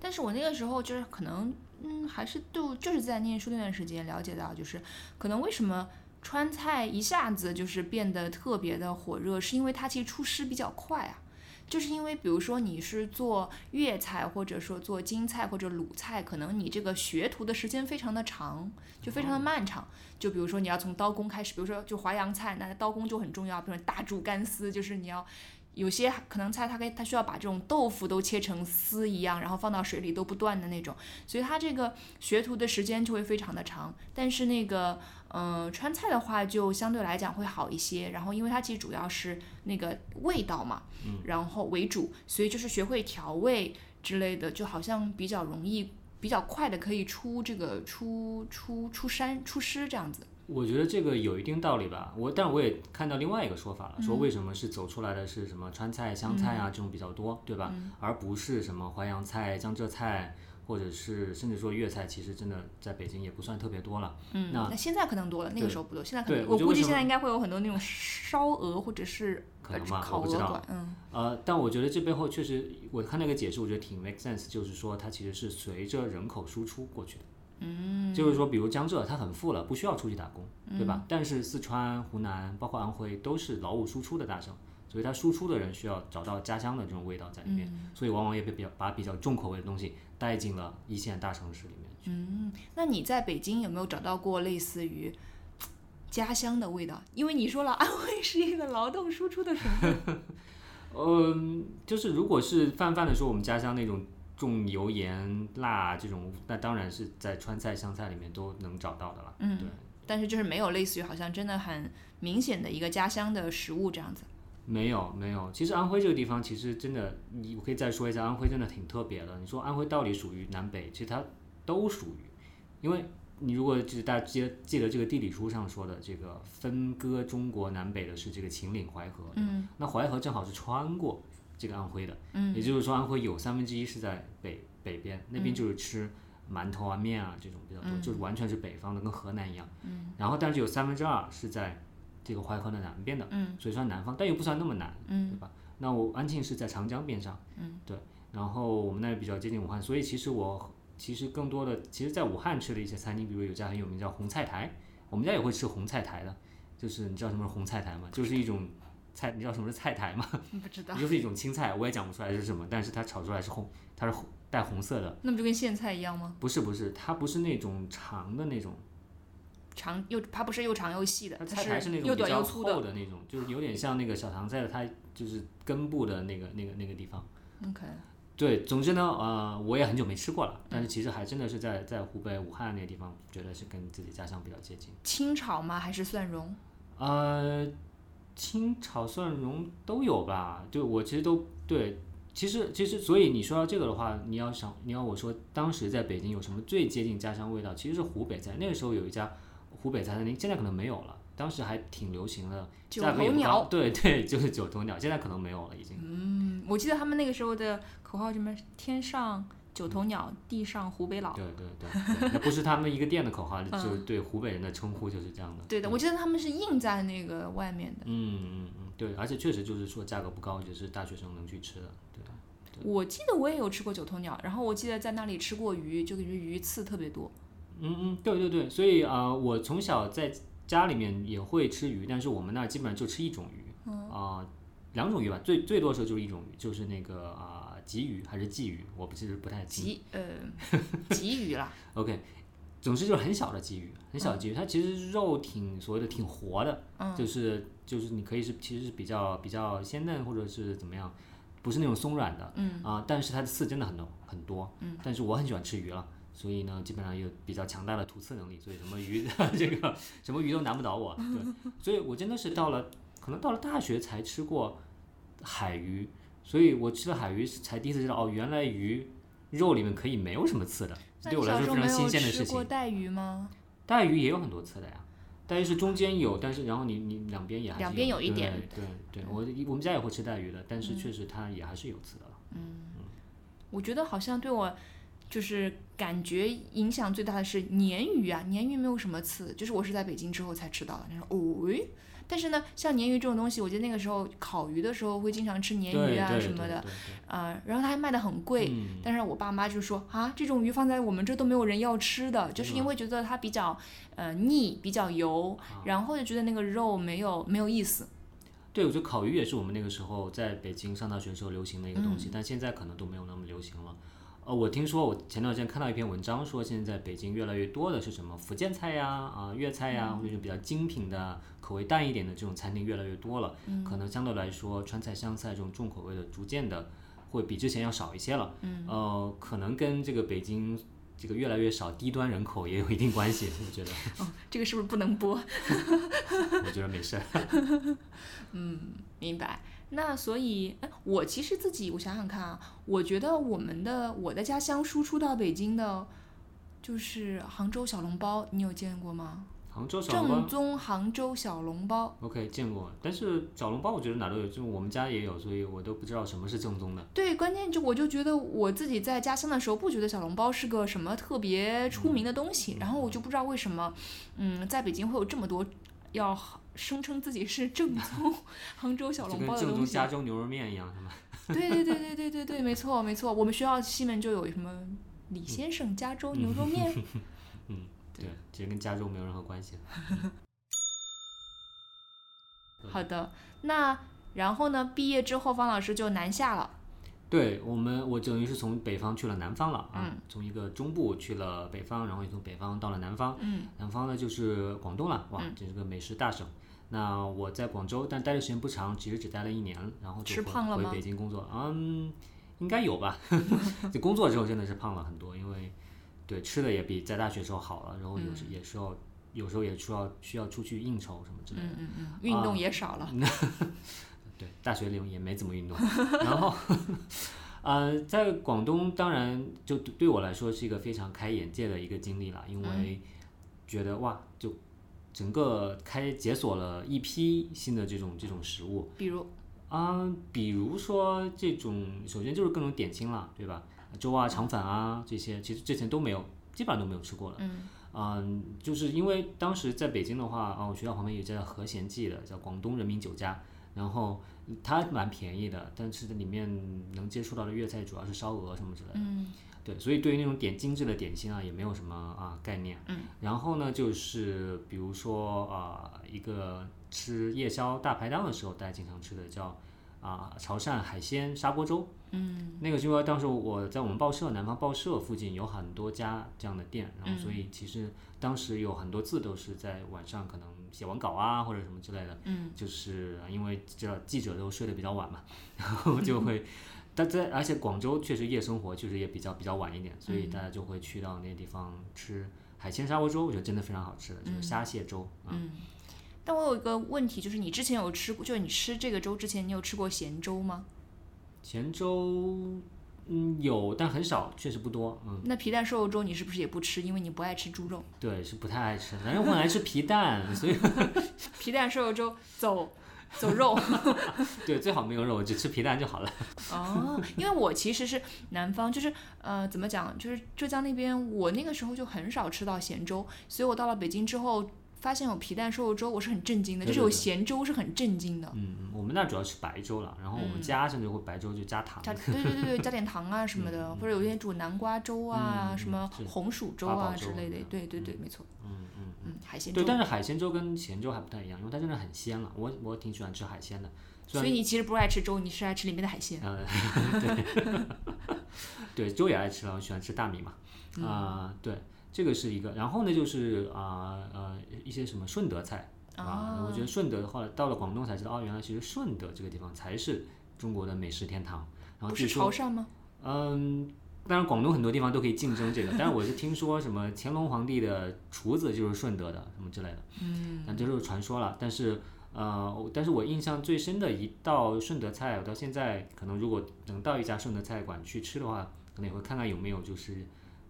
S3: 但是我那个时候就是可能，嗯，还是就就是在念书那段时间了解到，就是可能为什么川菜一下子就是变得特别的火热，是因为它其实出师比较快啊。就是因为，比如说你是做粤菜，或者说做京菜或者鲁菜，可能你这个学徒的时间非常的长，就非常的漫长。就比如说你要从刀工开始，比如说就华阳菜，那刀工就很重要，比如说大煮干丝，就是你要有些可能菜它可以它需要把这种豆腐都切成丝一样，然后放到水里都不断的那种，所以它这个学徒的时间就会非常的长。但是那个呃川菜的话，就相对来讲会好一些。然后因为它其实主要是那个味道嘛，
S1: 嗯
S3: 然后为主，所以就是学会调味之类的，就好像比较容易。比较快的可以出这个出出出山出师这样子，
S1: 我觉得这个有一定道理吧。我，但我也看到另外一个说法了，说为什么是走出来的是什么川菜、湘菜啊、这种比较多，对吧？而不是什么淮扬菜、江浙菜，或者是甚至说粤菜，其实真的在北京也不算特别多了。
S3: 嗯，
S1: 那
S3: 那现在可能多了，那个
S1: 对
S3: 时候不多，现在可能
S1: 对
S3: 我
S1: 我觉得
S3: 估
S1: 为
S3: 计
S1: 什
S3: 现在
S1: 么
S3: 应该会有很多那种烧鹅或者是
S1: 可
S3: 呃
S1: 能吧
S3: 烤
S1: 我不知
S3: 鹅
S1: 道
S3: 馆，嗯，
S1: 呃，但我觉得这背后确实，我看那个解释，我觉得挺 make sense，就是说它其实是随着人口输出过去的。嗯，就是说，比如江浙，它很富了，不需要出去打工，对吧？但是四川、湖南，包括安徽，都是劳务输出的大省，所以它输出的人需要找到家乡的这种味道在里面，所以往往也被比较把比较重口味的东西带进了一线大城市里面去。
S3: 那你在北京有没有找到过类似于家乡的味道？因为你说了安徽是一个劳动输出的省份，
S1: 嗯，就是如果是泛泛的说，我们家乡那种重油盐辣这种，那当然是在川菜、湘菜里面都能找到的了。嗯，对。
S3: 但是就是没有类似于好像真的很明显的一个家乡的食物这样子。
S1: 没有没有，其实安徽这个地方，其实真的，你我可以再说一下，安徽真的挺特别的。你说安徽到底属于南北，其实它都属于，因为你如果就是大家记得记得这个地理书上说的这个分割中国南北的是这个秦岭淮河，嗯，那淮河正好是穿过这个安徽的，嗯，也就是说安徽有三分之一是在北北边，那边就是吃馒头啊面啊这种比较多，就是完全是北方的，跟河南一样，嗯，然后但是有三分之二是在这个淮河的南边的，嗯，所以算南方，但又不算那么南，嗯，对吧？那我安庆是在长江边上，嗯，对，然后我们那里比较接近武汉，所以其实我其实更多的，其实在武汉吃的一些餐厅，比如有家很有名叫红菜台，我们家也会吃红菜台的，就是你知道什么是红菜台吗？就是一种菜，你知道什么是菜台吗？
S3: 不知道，
S1: 就是一种青菜，我也讲不出来是什么，但是它炒出来是红，它是红带红色的，
S3: 那不就跟苋菜一样吗？
S1: 不是不是，它不是那种长的那种。
S3: 长又它不是又长又细的，
S1: 它
S3: 它
S1: 菜苔是那种
S3: 又
S1: 比
S3: 短
S1: 较
S3: 又粗的
S1: 厚。的那种，就是有点像那个小唐菜的，它就是根部的那个那个那个地方。
S3: OK，
S1: 对，总之呢，呃，我也很久没吃过了，但
S3: 嗯
S1: 是其实还真的是在在湖北武汉那个地方，觉得是跟自己家乡比较接近。
S3: 清炒吗？还是蒜蓉？
S1: 呃，清炒蒜蓉都有吧？就我其实都对，其实其实所以你说到这个的话，你要想你要我说当时在北京有什么最接近家乡味道，其实是湖北菜。那个时候有一家湖北菜餐厅，现在可能没有了，当时还挺流行的。
S3: 九
S1: 价格也
S3: 头
S1: 不高
S3: 鸟。
S1: 对对，就是九头鸟，现在可能没有了，已经。
S3: 嗯，我记得他们那个时候的口号什么“天上九头鸟，地上湖北佬
S1: 对对对，对那不是他们一个店的口号，
S3: 嗯
S1: 就是对湖北人的称呼就是这样的”。。
S3: 对的，我记得他们是印在那个外面的。
S1: 嗯嗯嗯，对，而且确实就是说价格不高，也是大学生能去吃的。嗯对的，
S3: 我记得我也有吃过九头鸟，然后我记得在那里吃过鱼，就感觉鱼刺特别多。
S1: 嗯嗯，对对对，所以啊、呃我从小在家里面也会吃鱼，但是我们那儿基本上就吃一种鱼，啊、两种鱼吧，最最多的时候就是一种鱼，就是那个啊、鲫鱼还是鲫鱼，我不其实不太清楚。
S3: 鲫呃鲫鱼啦，
S1: OK，总之就是很小的鲫鱼，很小的鲫鱼，它其实肉挺所谓的挺活的，就是就是你可以是其实是比较比较鲜嫩或者是怎么样，不是那种松软的，嗯啊、但是它的刺真的很多很多，嗯，但是我很喜欢吃鱼了。所以呢，基本上有比较强大的吐刺能力，所以什么鱼 这个什么鱼都难不倒我。 对，所以我真的是到了可能到了大学才吃过海鱼，所以我吃了海鱼是才第一次知道哦，原来鱼肉里面可以没有什么刺的，
S3: 那
S1: 对
S3: 你
S1: 我
S3: 小
S1: 来
S3: 时
S1: 说
S3: 候
S1: 非
S3: 没
S1: 常
S3: 有
S1: 新鲜的
S3: 吃
S1: 事
S3: 过
S1: 情。
S3: 带鱼吗？
S1: 带鱼也有很多刺的呀，带鱼是中间有，但是然后你你两边也还是
S3: 两边有一点。嗯
S1: 对对对，我我们家也会吃带鱼的，但是确实它也还是有刺的了。
S3: 我觉得好像对我就是感觉影响最大的是鲶鱼啊，鲶鱼没有什么刺，就是我是在北京之后才知道的。那时候哦，诶但是呢，像鲶鱼这种东西，我记得那个时候烤鱼的时候会经常吃鲶鱼
S1: 对
S3: 啊
S1: 对
S3: 什么
S1: 对
S3: 的，
S1: 对对
S3: 啊、然后它还卖的很贵。
S1: 嗯
S3: 但是我爸妈就说啊，这种鱼放在我们这都没有人要吃的，就是因为觉得它比较呃腻，比较油，然后就觉得那个肉没有没有意思。
S1: 对，我觉得烤鱼也是我们那个时候在北京上大学时候流行的一个东西，但现在可能都没有那么流行了。呃，我听说我前段时间看到一篇文章，说现在北京越来越多的是什么福建菜呀、啊、粤菜呀，或者是比较精品的、口味淡一点的这种餐厅越来越多了。可能相对来说，川菜、湘菜这种重口味的，逐渐的会比之前要少一些了。嗯，呃，可能跟这个北京这个越来越少低端人口也有一定关系，我觉得。
S3: 哦这个是不是不能播？
S1: 我觉得没事儿。
S3: 明白。那所以，哎我其实自己我想想看啊，我觉得我们的我的家乡输出到北京的，就是杭州小笼包，你有见过吗？
S1: 杭州小笼包
S3: 正宗杭州小笼包，
S1: OK，见过，但是小笼包我觉得哪都有，就是我们家也有，所以我都不知道什么是正宗的。
S3: 对，关键就我就觉得我自己在家乡的时候，不觉得小笼包是个什么特别出名的东
S1: 嗯
S3: 西，然后我就不知道为什么，嗯，在北京会有这么多要声称自己是正 宗杭州小
S1: 就
S3: 笼
S1: 跟
S3: 包的
S1: 正宗
S3: 东西
S1: 加。州牛肉面一样，是吗？
S3: 对对对对对对对，没错没错，我们学校西门就有什么
S1: 嗯
S3: 李先生加州牛肉面，
S1: 对，其实跟加州没有任何关系。
S3: 好的，那然后呢？毕业之后，方老师就南下了。
S1: 对我们，我等于是从北方去了南方了啊，
S3: 嗯
S1: 从一个中部去了北方，然后又从北方到了南方。
S3: 嗯，
S1: 南方呢就是广东了，哇，这是个美食大省。那我在广州，但待的时间不长，其实只待了一年，然后就
S3: 吃
S1: 回
S3: 胖了
S1: 回
S3: 吗
S1: 北京工作，嗯，应该有吧。 就工作之后真的是胖了很多，因为对吃的也比在大学时候好了，然后有时
S3: 嗯
S1: 也需要、
S3: 嗯
S1: 有时候也需要需要出去应酬什么之类的。
S3: 嗯嗯，运动也少了。
S1: 对，大学里也没怎么运动。 然后，呃，在广东，当然就对对我来说是一个非常开眼界的一个经历啦，因为觉得、哇，就整个开解锁了一批新的这种这种食物
S3: 比如
S1: 啊、比如说这种，首先就是各种点心啦，对吧？粥啊、肠粉啊这些，其实之前都没有，基本上都没有吃过了。
S3: 嗯
S1: 嗯，就是因为当时在北京的话，啊，我学校旁边有一家和贤记的，叫广东人民酒家，然后它蛮便宜的，但是里面能接触到的粤菜主要是烧鹅什么之类的。
S3: 嗯
S1: 对，所以对于那种点精致的点心啊，也没有什么啊概念。
S3: 嗯。
S1: 然后呢，就是比如说啊、一个吃夜宵大排档的时候，大家经常吃的叫啊、潮汕海鲜砂锅粥。
S3: 嗯
S1: 那个是因为当时我在我们报社南方报社附近有很多家这样的店，然
S3: 嗯
S1: 后所以其实当时有很多字都是在晚上可能写完稿啊或者什么之类的，
S3: 嗯，
S1: 就是因为知道记者都睡得比较晚嘛，然后就会，但在而且广州确实夜生活确实也比较比较晚一点，所以大家就会去到那地方吃海鲜砂锅粥，我觉得真的非常好吃的，就是虾蟹粥啊。
S3: 嗯。但我有一个问题，就是你之前有吃过，就是你吃这个粥之前，你有吃过咸粥吗？
S1: 咸粥嗯有，但很少，确实不多，嗯。
S3: 那皮蛋瘦肉粥你是不是也不吃？因为你不爱吃猪肉。
S1: 对，是不太爱吃，反正我很爱吃皮蛋，所以
S3: 皮蛋瘦肉粥走走肉
S1: 对，最好没有肉，只吃皮蛋就好了。
S3: 哦，因为我其实是南方，就是呃怎么讲，就是浙江那边，我那个时候就很少吃到咸粥，所以我到了北京之后，发现有皮蛋瘦肉粥，我是很震惊的，
S1: 对
S3: 就是
S1: 对
S3: 有
S1: 对
S3: 咸粥是很震惊的。
S1: 嗯，我们那儿主要吃白粥了，然后我们
S3: 嗯
S1: 家甚至会白粥就加糖，
S3: 加对对对对，加点糖啊什么的，或者有些煮南瓜粥啊、
S1: 嗯
S3: 什么
S1: 是
S3: 红薯粥
S1: 八
S3: 啊
S1: 宝
S3: 之
S1: 粥
S3: 类的
S1: 嗯，
S3: 对对对，没错，
S1: 嗯嗯。
S3: 嗯，海鲜粥
S1: 对，。但是海鲜粥跟咸粥还不太一样，因为它真的很鲜了。我我挺喜欢吃海鲜的，虽
S3: 所
S1: 然
S3: 以你其实不是爱吃粥，你是爱吃里面的海鲜。
S1: 呃，对，对粥也爱吃了，我喜欢吃大米嘛。啊、
S3: 嗯
S1: 对，这个是一个。然后呢，就是啊呃一些什么顺德菜啊，
S3: 哦
S1: 我觉得顺德后来到了广东才知道，哦，原来其实顺德这个地方才是中国的美食天堂。然后
S3: 不
S1: 据
S3: 是
S1: 说
S3: 潮汕吗？
S1: 嗯，当然广东很多地方都可以竞争这个， 但是我是听说什么乾隆皇帝的厨子就是顺德的，什么之类的，嗯，但这就是传说了。但是呃，我但是我印象最深的一道顺德菜，我到现在可能如果能到一家顺德菜馆去吃的话，可能也会看看有没有就是。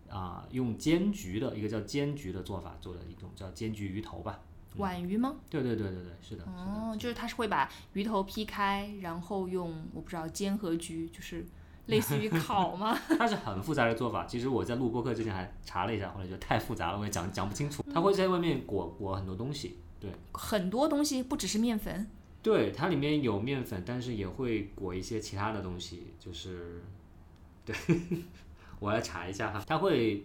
S1: 啊、用煎焗的一个叫煎焗的做法做的一种叫煎焗鱼头吧，
S3: 皖鱼吗？
S1: 对对对对对，是的，是的，
S3: 哦，就是它是会把鱼头劈开，然后用我不知道煎和焗，就是类似于烤吗？
S1: 它是很复杂的做法。其实我在录播客之前还查了一下，后来觉得太复杂了，我也讲讲不清楚。它会在外面裹裹很多东西，对
S3: 很多东西不只是面粉，
S1: 对，它里面有面粉，但是也会裹一些其他的东西，就是对， 我来查一下哈，它会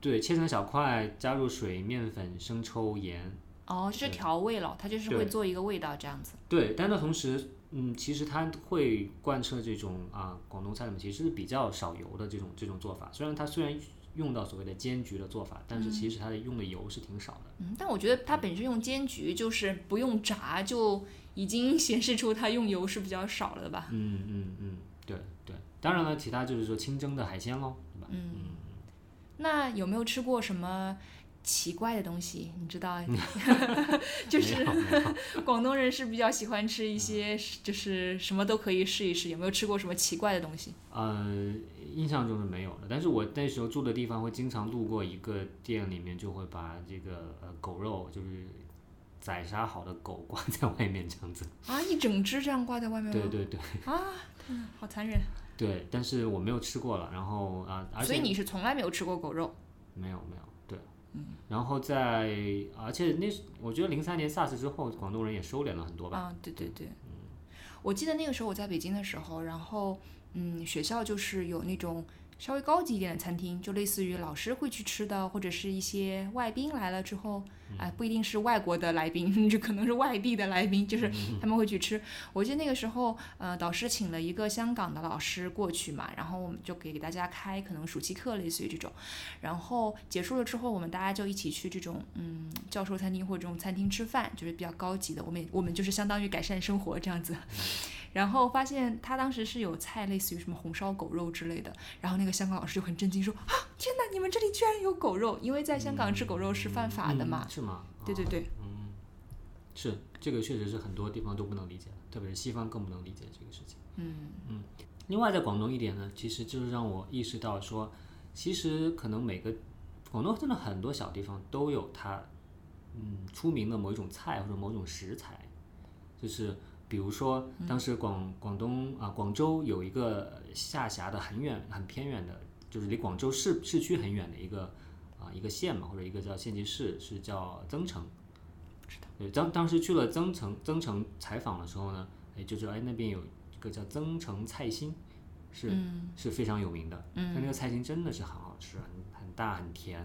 S1: 对切成小块，加入水、面粉、生抽、盐，
S3: 哦，就是
S1: 对
S3: 调味了，它就是会
S1: 对
S3: 做一个味道这样子。
S1: 对，但它同时，嗯，其实它会贯彻这种啊广东菜里面其实是比较少油的这种这种做法。虽然它虽然用到所谓的煎焗的做法，但是其实它的用的油是挺少的。
S3: 嗯，但我觉得它本身用煎焗，就是不用炸，就已经显示出它用油是比较少了的吧。
S1: 嗯嗯嗯，对对。当然了，其他就是说清蒸的海鲜喽，对吧？
S3: 那有没有吃过什么奇怪的东西？你 知道，就
S1: 没
S3: 是
S1: 有没有
S3: 广东人是比较喜欢吃一些，就是什么都可以试一试。有没有吃过什么奇怪的东西？
S1: 呃，印象中是没有的。但是我那时候住的地方会经常路过一个店，里面就会把这个呃狗肉就是宰杀好的狗 挂在外面这样子。
S3: 啊，一整只这样挂在外面吗？
S1: 对对对
S3: 嗯好残忍。
S1: 对，但是我没有吃过了。然后啊、而且
S3: 所以你是从来没有吃过狗肉？
S1: 没有没有，对，嗯，然后在，而且那时我觉得零三年 SARS 之后，广东人也收敛了很多吧，
S3: 啊，对对对。我记得那个时候我在北京的时候，然后嗯，学校就是有那种稍微高级一点的餐厅，就类似于老师会去吃的，或者是一些外宾来了之后，哎，不一定是外国的来宾， 就可能是外地的来宾，
S1: 嗯
S3: 就是他们会去吃。我记得那个时候，呃，导师请了一个香港的老师过去嘛，然后我们就给给大家开可能暑期课，类似于这种。然后结束了之后，我们大家就一起去这种嗯教授餐厅或者这种餐厅吃饭，就是比较高级的。我们也我们就是相当于改善生活这样子。 然后发现他当时是有菜，类似于什么红烧狗肉之类的。然后那个香港老师就很震惊说：“啊，天哪，你们这里居然有狗肉！因为在香港吃狗肉是犯法的嘛。
S1: 嗯是吗？
S3: 对对
S1: 嗯啊，
S3: 对。
S1: 是这个确实是很多地方都不能理解的，特别是西方更不能理解这个事情。
S3: 嗯
S1: 另外，在广东一点呢，其实就是让我意识到说，其实可能每个广东真的很多小地方都有它，嗯，出名的某一种菜或者某种食材，就是比如说当时广广东啊广州有一个下辖的很远很偏远的，就是离广州市市区很远的一个啊一个县嘛，或者一个叫县级市，是叫增城。对，当当时去了增城增城采访的时候呢，哎，就知道哎那边有一个叫增城菜心，是、
S3: 嗯
S1: 是非常有名的。嗯，它那个菜心真的是很好吃，很很大很甜。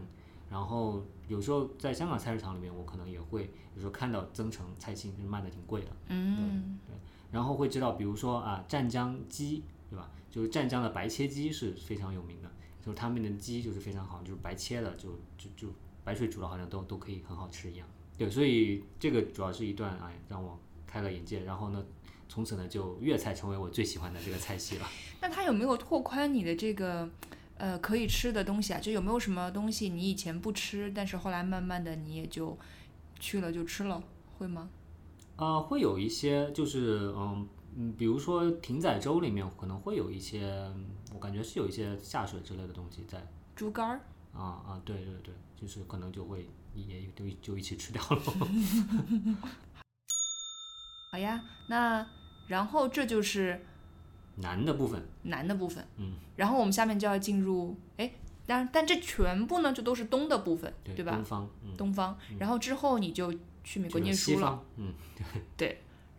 S1: 然后有时候在香港菜市场里面，我可能也会有时候看到增城菜心，就是卖的挺贵的。
S3: 嗯，
S1: 然后会知道，比如说啊，湛江鸡，对吧？就是湛江的白切鸡是非常有名的，就是他们的鸡就是非常好，就是白切的，就就就白水煮的，好像都都可以很好吃一样。对，所以这个主要是一段哎，让我开了眼界。然后呢，从此呢就粤菜成为我最喜欢的这个菜系了。
S3: 那它有没有拓宽你的这个呃可以吃的东西啊？就有没有什么东西你以前不吃，但是后来慢慢的你也就去了就吃了，会吗？
S1: 呃，会有一些就是嗯嗯，比如说艇仔粥里面可能会有一些，嗯我感觉是有一些下水之类的东西在。
S3: 猪肝儿，
S1: 啊啊，对对对，就是可能就会也就就一起吃掉了。
S3: 好呀，那然后这就是
S1: 难的部分，
S3: 南的部分，
S1: 嗯，
S3: 然后我们下面就要进入，哎，但但这全部呢就都是东的部分，
S1: 对
S3: 吧
S1: 东？方，嗯，
S3: 东方，然后之后你就去美
S1: 去
S3: 国
S1: 了
S3: 念
S1: 西
S3: 书了，
S1: 方，嗯，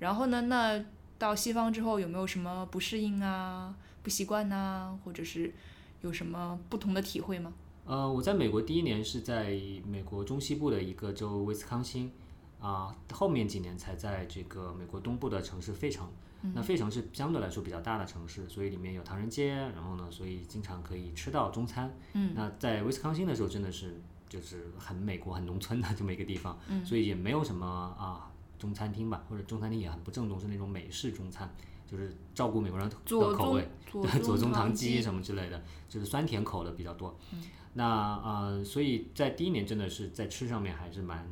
S3: 然后呢，那到西方之后有没有什么不适应啊、不习惯呐、或者是有什么不同的体会吗？
S1: 呃，我在美国第一年是在美国中西部的一个州威斯康星，啊、后面几年才在这个美国东部的城市费城。那费城是相对来说比较大的城市，所以里面有唐人街，然后呢，所以经常可以吃到中餐。嗯，那在威斯康星的时候，真的是就是很美国、很农村的这么一个地方，嗯、所以也没有什么啊中餐厅吧，或者中餐厅也很不正宗，是那种美式中餐，就是照顾美国人的
S3: 左
S1: 口味
S3: 宗。 左
S1: 对，左宗
S3: 棠
S1: 棠鸡什么之类的，就是酸甜口的比较多。那呃，所以在第一年真的是在吃上面还是蛮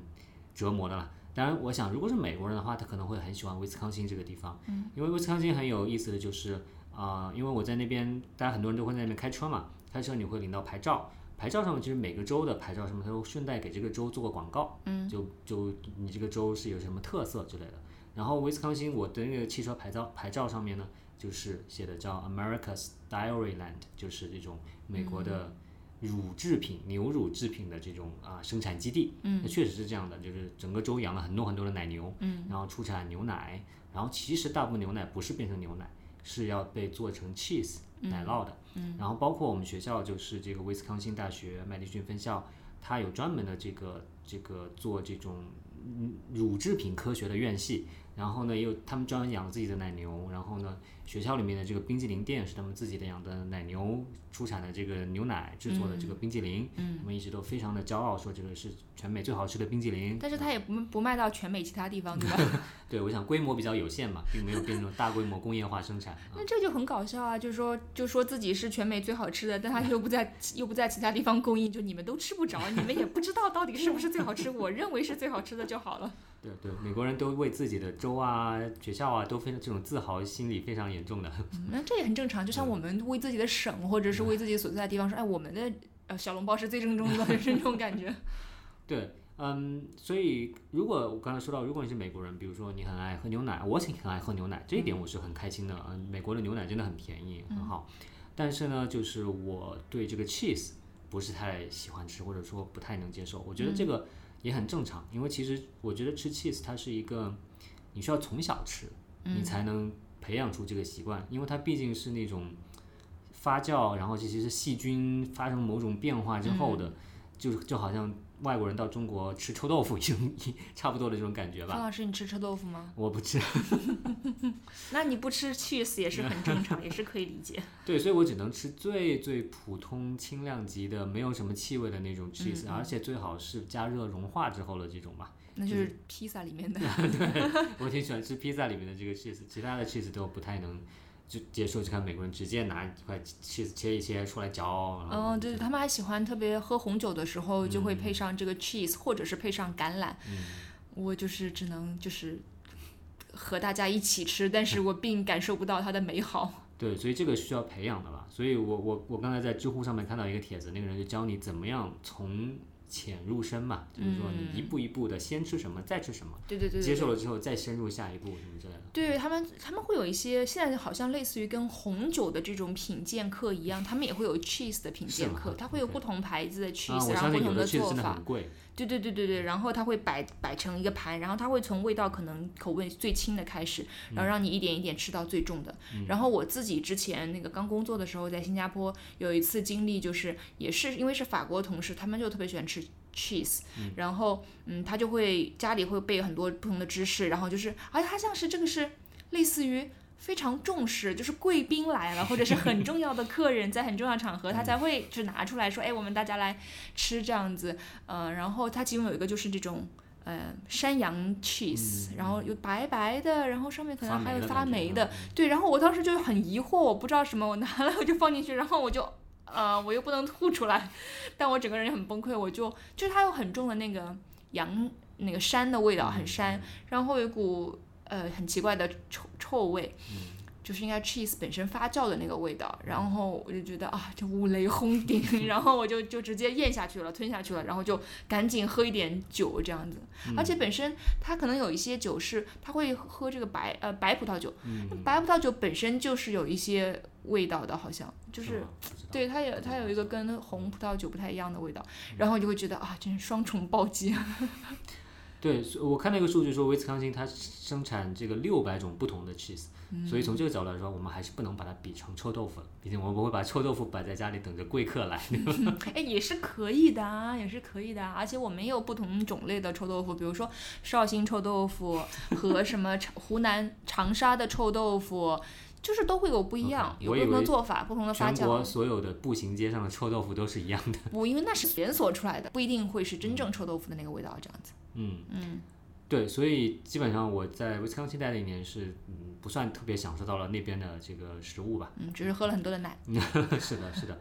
S1: 折磨的啦。当然，我想如果是美国人的话，他可能会很喜欢威斯康星这个地方，因为威斯康星很有意思的就是啊、呃因为我在那边，大家很多人都会在那边开车嘛，开车你会领到牌照。牌照上面就是每个州的牌照上面，它都顺带给这个州做个广告，嗯，就就你这个州是有什么特色之类的。然后威斯康星，我的那个汽车牌照牌照上面呢，就是写的叫 America's Dairy Land，就是这种美国的乳制品、牛乳制品的这种啊、生产基地。嗯，那确实是这样的，就是整个州养了很多很多的奶牛，嗯，然后出产牛奶，然后其实大部分牛奶不是变成牛奶，是要被做成 cheese 奶酪的。嗯，然后包括我们学校就是这个威斯康星大学麦迪逊分校，它有专门的这个这个做这种嗯乳制品科学的院系。然后呢，也有他们专门养自己的奶牛，然后呢，学校里面的这个冰激凌店是他们自己的养的奶牛出产的这个牛奶制作的这个冰激凌，他们一直都非常的骄傲，说这个是全美最好吃的冰激凌。
S3: 但是它也不不卖到全美其他地方，对 吧？
S1: 对，我想规模比较有限嘛，并没有变成大规模工业化生产。啊
S3: 那这就很搞笑啊！就说就说自己是全美最好吃的，但它又不在又不在其他地方供应，就你们都吃不着，你们也不知道到底是不是最好吃。我认为是最好吃的就 好了。
S1: 对对，美国人都为自己的州啊、学校啊都非常这种自豪心理非常严重的。
S3: 嗯那这也很正常，就像我们为自己的省或者是为自己所在的地方说，哎，我们的呃小笼包是最正宗的，是那种感 觉。
S1: 对，嗯，所以如果我刚才说到，如果你是美国人，比如说你很爱喝牛奶，我挺很爱喝牛奶，这一点我是很开心的。嗯，美国的牛奶真的很便宜，很好。但是呢，就是我对这个 cheese 不是太喜欢吃，或者说不太能接受。我觉得这个也很正常，因为其实我觉得吃 cheese 它是一个你需要从小吃，
S3: 嗯
S1: 你才能培养出这个习惯，因为它毕竟是那种发酵，然后这些是细菌发生某种变化之后的，就就好像外国人到中国吃臭豆腐一种差不多的这种感觉
S3: 方
S1: 吧。
S3: 老师，你吃臭豆腐吗？
S1: 我不吃，
S3: 那你不吃 cheese 也是很正常，也是可以理解。
S1: 对，所以我只能吃最最普通轻量级的，没有什么气味的那种 cheese，、而且最好是加热融化之后的这种吧。
S3: 那就是披萨里面的。
S1: 我挺喜欢吃披萨里面的这个 cheese，其他的 cheese 都不太能就接受。就看美国人直接拿一块 cheese 切一切出来嚼，然后
S3: 嗯，对，他
S1: 嗯
S3: 们还喜欢特别喝红酒的时候就会配上这个 cheese，、或者是配上橄榄。我就是只能就是和大家一起吃，但是我并感受不到它的美好。
S1: 对，所以这个需要培养的吧。所以我我我刚才在知乎上面看到一个帖子，那个人就教你怎么样从浅入深嘛，就是说你一步一步的先吃什么，再吃什么，
S3: 嗯对对对对
S1: 接受了之后再深入下一步什么之类的。
S3: 对他们，他们会有一些现在好像类似于跟红酒的这种品鉴课一样，他们也会有 cheese 的品鉴
S1: 是
S3: 课
S1: 吗，
S3: 它会有不同牌子的 cheese，、
S1: 啊，我
S3: 然后
S1: 相
S3: 不
S1: 信有
S3: 同
S1: 的确实
S3: 做
S1: 真的
S3: 法
S1: 很。贵。
S3: 对对对对对，然后它会摆摆成一个盘，然后它会从味道可能口味最轻的开始，然
S1: 嗯
S3: 后让你一点一点吃到最重的。然后我自己之前那个刚工作的时候，在新加坡有一次经历，就是也是因为是法国同事，他们就特别喜欢吃 cheese，、然后嗯，他就会家里会备很多不同的芝士，然后就是，而且它像是这个是类似于。非常重视，就是贵宾来了，或者是很重要的客人，在很重要的场合，他才会就拿出来说，哎，我们大家来吃这样子。呃，然后它其中有一个就是这种呃山羊 cheese，、然后有白白的，然后上面可能还有嗯发霉的，
S1: 感觉，啊嗯
S3: 对。然后我当时就很疑惑，我不知道什么，我拿了我就放进去，然后我就呃我又不能吐出来，但我整个人很崩溃，我就就是它有很重的那个羊那个膻的味道，很膻，然后有一股呃很奇怪的臭臭味。就是应该 cheese 本身发酵的那个味道，然后我就觉得啊，这五雷轰顶， 然后我就就直接咽下去了，吞下去了，然后就赶紧喝一点酒这样子。而且本身它可能有一些酒是它会喝这个白呃白葡萄酒，那白葡萄酒本身就是有一些味道的，好像就
S1: 就是
S3: 对，它有它有一个跟红葡萄酒不太一样的味道，然后你就会觉得啊，真是双重暴击。
S1: 对，所以我看那个数据说，威斯康星它生产这个六百种不同的 cheese，、所以
S3: 嗯
S1: 从这个角度来说，我们还是不能把它比成臭豆腐了。毕竟我们会把臭豆腐摆在家里等着贵客来。
S3: 哎，也是可以的啊，也是可以的啊。而且我们也有不同种类的臭豆腐，比如说绍兴臭豆 腐和什么长湖南长沙的臭豆腐，就是都会有不一样
S1: OK，
S3: 有
S1: 我
S3: 不
S1: 以
S3: 同的
S1: 为
S3: 做法，不同的发
S1: 全国
S3: 酵。
S1: 所有的步行街上的臭豆腐都是一样的。
S3: 不，因为那是连锁出来的，不一定会是真正臭豆腐的那个味道，这样子。
S1: 嗯，
S3: 嗯，
S1: 对，所以基本上我在威斯康星待了一年是，嗯，不算特别享受到了那边的这个食物吧。
S3: 嗯，只是喝了很多的奶。
S1: 是的，是的。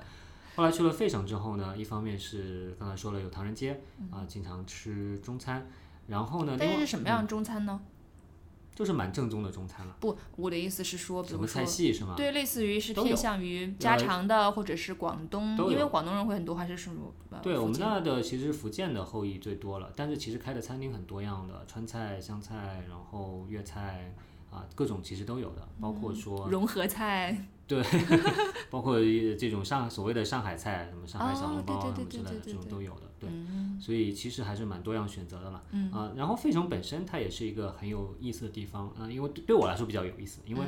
S1: 后来去了费城之后呢，一方面是刚才说了有唐人街啊、经常吃中餐，然后呢，
S3: 嗯
S1: 嗯
S3: 但
S1: 另
S3: 是
S1: 外
S3: 是什么样的中餐呢？
S1: 就是蛮正宗的中餐了，
S3: 不，我的意思是哦说，比
S1: 什
S3: 如
S1: 么
S3: 说
S1: 菜。系是吗？
S3: 对，类似于是
S1: 都
S3: 偏
S1: 有
S3: 向于家
S1: 呃
S3: 常的，或者是广东，
S1: 都
S3: 因为
S1: 有
S3: 广东人会很多，还是什么？呃
S1: 对
S3: 福
S1: 我们
S3: 建
S1: 那的其实福建的后裔最多了，但是其实开的餐厅很多样的，川菜、湘菜，然后粤菜啊、各种其实都有啊的，包
S3: 嗯
S1: 括说、
S3: 融合菜，
S1: 包括呃这种上所谓的上海菜，什么上海小
S3: 哦
S1: 笼
S3: 对
S1: 包啊
S3: 对
S1: 什
S3: 对
S1: 么之
S3: 对
S1: 类的，
S3: 对
S1: 这
S3: 对
S1: 种
S3: 对
S1: 都有的。对，
S3: 嗯，
S1: 所以其实还是蛮多样选择的嘛。嗯啊、然后费城本身它也是一个很有意思的地方，嗯、因为对对我来说比较有意思，因
S3: 嗯
S1: 为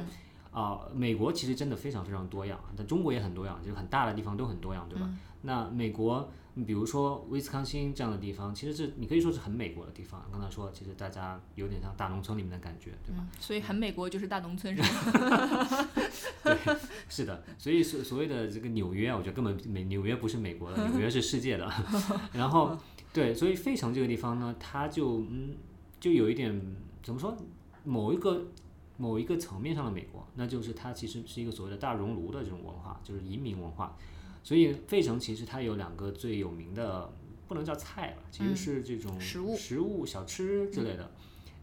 S1: 啊、美国其实真的非常非常多样，但中国也很多样，就是很大的地方都很多样，对
S3: 嗯
S1: 吧？那美国，嗯比如说威斯康星这样的地方，其实是你可以说是很美国的地方。刚才说，其实大家有点像大农村里面的感觉，对吧？
S3: 嗯所以很美国就是大农村是吗？
S1: 是的，所以所所谓的这个纽约啊，我觉得根本美纽约不是美国的，纽约是世界 的。然后对，所以费城这个地方呢，它就嗯，就有一点怎么说，某一个某一个层面上的美国，那就是它其实是一个所谓的大熔炉的这种文化，就是移民文化。所以费城其实它有两个最有名的，不能叫菜吧，其实是这种
S3: 嗯食物嗯
S1: 食物小吃之类的。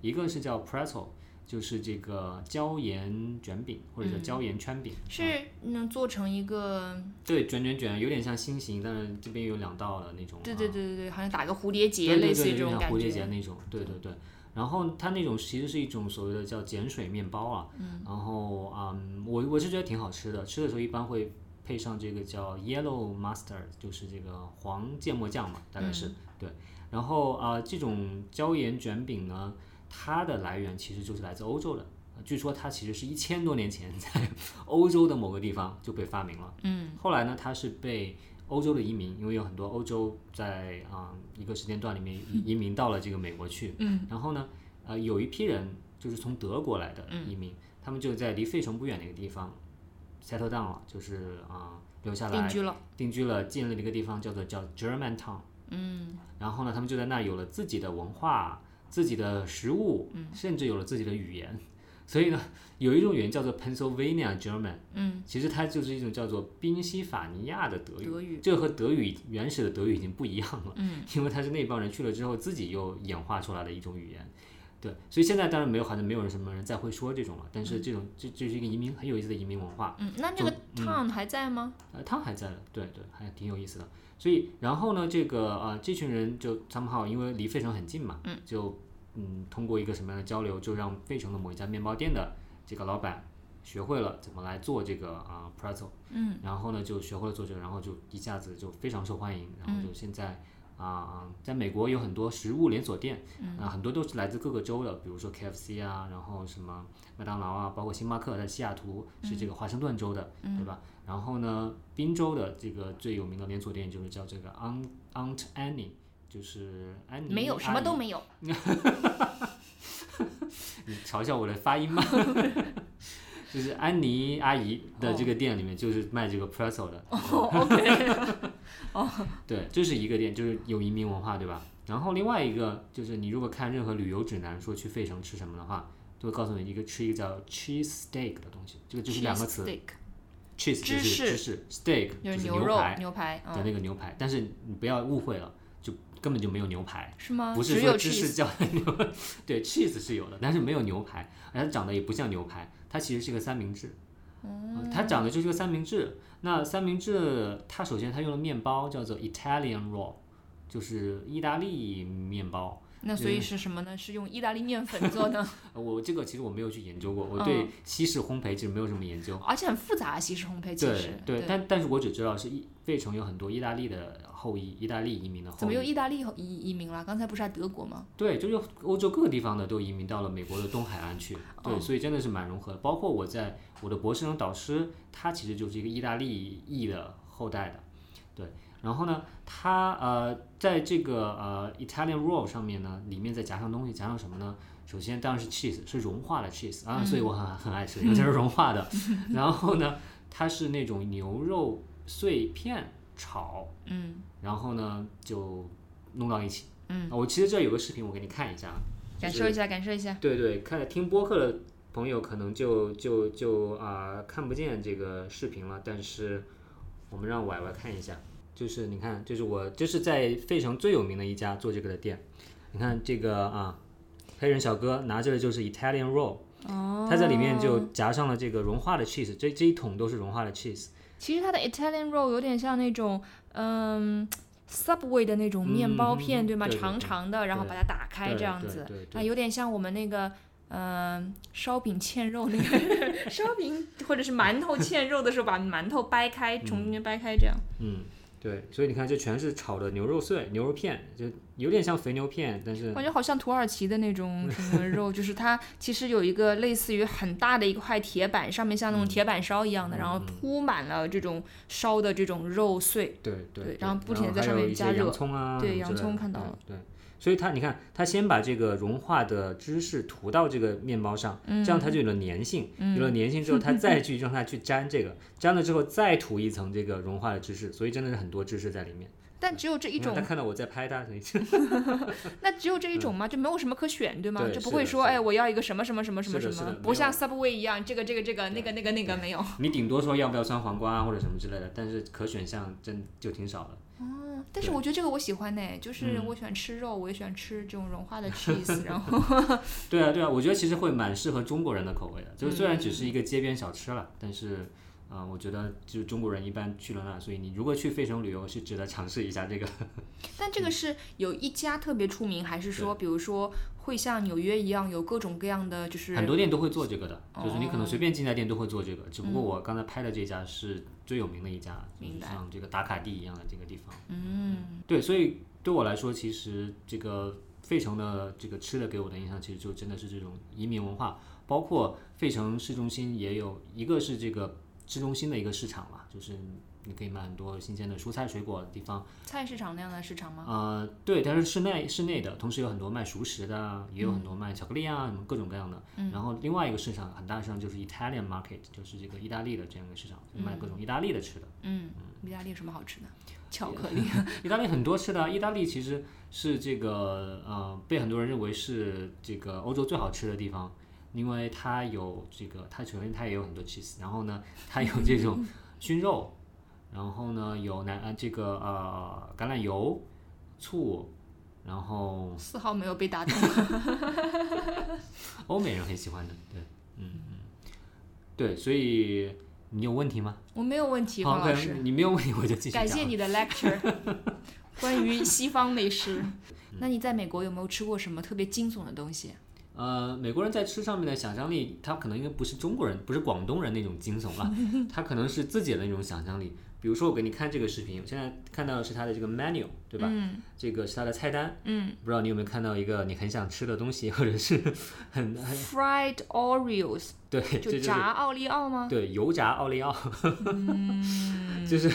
S1: 一个是叫 pretzel，就是这个椒盐卷饼或
S3: 嗯
S1: 者叫椒盐圈饼，啊
S3: 是能做成一个，
S1: 对，卷卷卷，有点像心形，但是这边有两道的那种。
S3: 对
S1: 啊
S3: 对对对对，好像打个蝴蝶结，
S1: 对对对
S3: 类似于
S1: 有
S3: 这种
S1: 点像
S3: 感
S1: 蝴蝶结
S3: 觉。
S1: 那种，对对对。然后它那种其实是一种所谓的叫碱水面包啊，然后嗯，我我是觉得挺好吃的，吃的时候一般会配上这个叫 yellow mustard，就是这个黄芥末酱嘛，大概
S3: 嗯
S1: 是、对。然后啊、呃这种椒盐卷饼呢，它的来源其实就是来自欧洲的。呃据说它其实是一千多年前在欧洲的某个地方就被发明了，嗯，后来呢，它是被欧洲的移民，因为有很多欧洲在啊、一个时间段里面移移民到了这个美国去，嗯，然后呢，呃，有一批人就是从德国来的移民，他们就在离费城不远的一个地方 settle down 了，就是啊、留下来
S3: 定居了，
S1: 定居了，建立了一个地方叫做叫 German Town。嗯，然后呢，他们
S3: 嗯
S1: 就在那儿有了自己的文化、自己的食物，甚至有了自己的语言。所以呢，有一种语言叫做 Pennsylvania German，
S3: 嗯，
S1: 其实它就是一种叫做宾夕法尼亚的德语，
S3: 德语，
S1: 这个和德语原始的德语已经不一样了。
S3: 嗯，
S1: 因为它是那帮人去了之后自己又演化出来的一种语言。对，所以现在当然没有，好像没有人什么人再会说这种了。但是这种这这是一个移民很有意思的移民文化，
S3: 嗯，那这个 town 还在吗？
S1: 呃，他还在的，对对，还挺有意思的。所以然后呢，这个呃这群人就 somehow 因为离费城很近嘛，
S3: 嗯，
S1: 就嗯通过一个什么样的交流，就让费城的某一家面包店的这个老板学会了怎么来做这个啊、呃 pretzel。
S3: 嗯，
S1: 然后呢就学会了做这个，然后就一下子就非常受欢迎，然后
S3: 嗯
S1: 就现在啊、在美国有很多食物连锁店，
S3: 嗯
S1: 啊、很多都是来自各个州的，比如说 KFC 啊，然后什么麦当劳啊，包括星巴克在西雅图
S3: 嗯
S1: 是这个华盛顿州的，对吧？然后呢，宾州的这个最有名的连锁店就是叫这个 Aunt Aunt Annie，就是安妮，
S3: 没有，什么 都。没有。
S1: 你嘲笑我的发音吗？ 就是安妮阿姨的这个店里面，就是卖这个 pretzel 的，
S3: 哦，OK，
S1: 对，这是一个点，就是有移民文化，对吧？然后另外一个就是，你如果看任何旅游指南，说去费城吃什么的话，都会告诉你一个吃一个叫 cheese steak 的东西，这个 就是两个词
S3: Cheesesteak
S1: ，cheese 就
S3: 芝士
S1: 是芝士，steak 就
S3: 就
S1: 是是
S3: 牛肉、
S1: 排
S3: 牛排，
S1: 的
S3: 嗯，
S1: 那个牛排，但是你不要误会了，就根本就没有牛排。
S3: 是吗？
S1: 不是
S3: 啊只
S1: 说
S3: 有
S1: 芝士
S3: cheese，
S1: 叫牛， 对，cheese 是有的，但是没有牛排，而它长得也不像牛排，它其实是个三明治。嗯它长得就是个三明治。那三明治，它首先它用了面包叫做 Italian roll，就是意大利面包。
S3: 那所
S1: 嗯
S3: 以是什么呢？是用意大利面粉做 的，
S1: 呃我这个其实我没有去研究过，我
S3: 嗯
S1: 对西式烘焙其实没有什么研究。
S3: 而且很复杂，啊西式烘焙其
S1: 对
S3: 实。
S1: 对，但但是我只知道是意费城有很多意大利的后裔，意大利移民的后裔。
S3: 怎么又意大利移移民了？刚才不是还德国吗？
S1: 对，就是欧洲各个地方的都移民到了美国的东海岸去，对，
S3: 哦
S1: 所以真的是蛮融合的。包括我在我的博士生导师，他其实就是一个意大利裔的后代的，对。然后呢，他呃，在这个呃 Italian roll 上面呢，里面再夹上东西，夹上什么呢？首先当然是 cheese，是融化的 cheese 啊，所以我很很爱吃，因为它是融化的。 然后呢，它是那种牛肉碎片炒，
S3: 嗯
S1: 然后呢就弄到一起。啊
S3: 嗯，
S1: 我其实这有个视频，我给你看一下啊，
S3: 感受一下，感受一下。
S1: 对对，看听播客的朋友可能就就就啊、看不见这个视频了，但是我们让歪歪看一下，就是你看，就是我这是在费城最有名的一家做这个的店，你看这个啊，黑人小哥拿着的就是 Italian roll，、
S3: 哦
S1: 他在里面就夹上了这个融化的 cheese，这这一桶都是融化的 cheese，
S3: 其实它的 Italian roll 有点像那种，嗯，Subway 的那种面包片，
S1: 嗯
S3: 对吗？
S1: 对对
S3: 长
S1: 对
S3: 长的，然后
S1: 对
S3: 把它打开
S1: 对
S3: 这样
S1: 对
S3: 子
S1: 对，
S3: 啊，
S1: 对
S3: 有点像我们那个，嗯，烧饼嵌肉 那个烧饼，或者是馒头嵌肉的时候，把馒头掰开，从中间掰开这样。
S1: 嗯。对，所以你看，这全是炒的牛肉碎、牛肉片，就有点像肥牛片，但是
S3: 感觉好像土耳其的那种什 么肉，就是它其实有一个类似于很大的一块铁板，上面
S1: 嗯
S3: 像那种铁板烧一样的，然后铺满了这种烧的这种肉碎。
S1: 对
S3: 对
S1: 对，
S3: 然后不停地在
S1: 还
S3: 上
S1: 有
S3: 面
S1: 一些
S3: 加热
S1: 洋葱啊，
S3: 对
S1: 什么
S3: 洋
S1: 之类
S3: 葱
S1: 的
S3: 看到
S1: 对
S3: 了
S1: 对，所以它你看，它先把这个融化的芝士涂到这个面包上，
S3: 嗯
S1: 这样它就有了粘性，有了粘性 之后，它再去让它去粘这个，粘了之后再涂一层这个融化的芝士，所以真的是很多芝士在里面。
S3: 但只有这一
S1: 你看
S3: 种
S1: 他，看到我在拍他，所以
S3: 那只有这一种吗？就没有什么可选，对吗？
S1: 嗯对
S3: 就不
S1: 是
S3: 会
S1: 的
S3: 说，
S1: 是
S3: 哎，
S1: 的
S3: 我要一个什么什么什么什么
S1: 是的
S3: 什
S1: 是
S3: 么
S1: 的，
S3: 不
S1: 没
S3: 像
S1: 有
S3: Subway 一样，这个这个这个那个那个那个没有。
S1: 你顶多说要不要酸黄瓜啊或者什么之类的，但是可选项真就挺少的。
S3: 嗯但是
S1: 对
S3: 我觉得这个我喜欢呢，就是
S1: 嗯
S3: 我喜欢吃肉，我也喜欢吃这种融化 的 cheese，然后
S1: 对啊对啊，我觉得其实会蛮适合中国人的口味的，就是虽然只是一个街边小吃了，但是。啊、我觉得就是中国人一般去了那，所以你如果去费城旅游，是值得尝试一下这个。
S3: 但这个是有一家特别出名，还是说，比如说会像纽约一样有各种各样的，就是哦
S1: 很多店都会做这个的，就是你可能随便进家店都会做这个，只不过我刚才拍的这家是最有名的一家，就
S3: 嗯明
S1: 是
S3: 白
S1: 像这个打卡地一样的这个地方。
S3: 嗯
S1: 对，所以对我来说，其实这个费城的这个吃的给我的印象，其实就真的是这种移民文化，包括费城市中心也有一个是这个市中心的一个市场嘛，就是你可以买很多新鲜的蔬菜水果的地方。
S3: 菜市场那样的市场吗？
S1: 呃，对，它是室内室内的，同时有很多卖熟食的啊，也有很多卖巧克力啊，什么各种各样的。然后另外一个市场很大市场就是 Italian market，就是这个意大利的这样一个市场，就卖各种意大利的吃的。
S3: 嗯，意大利有什么好吃的？巧克 力。
S1: 意大利很多吃的啊，意大利其实是这个呃被很多人认为是这个欧洲最好吃的地方。因为它有这个，它首先它也有很多 cheese，然后呢，它有这种熏肉，然后呢有奶呃这个呃橄榄油、醋，然后
S3: 丝毫没有被打动。
S1: 欧美人很喜欢的，对，嗯嗯，对，所以你有问题吗？
S3: 我没有问题，
S1: 好
S3: 黄老
S1: OK，
S3: 师，
S1: 你没有问题我就继续
S3: 感
S1: 讲
S3: 谢
S1: 了
S3: 你的 lecture，关于西方美食。
S1: 嗯
S3: 那你在美国有没有吃过什么特别惊悚的东西？
S1: 呃，美国人在吃上面的想象力，他可能应该不是中国人，不是广东人那种惊 悚了，他可能是自己的那种想象力。比如说，我给你看这个视频，我现在看到的是他的这个 menu，对吧？嗯、这个是他的菜单。嗯，不知道你有没有看到一个你很想吃的东西，或者是 很很
S3: Fried Oreos，
S1: 对， 这
S3: 就是炸奥利奥吗？嗯
S1: 对油炸奥利奥，嗯就是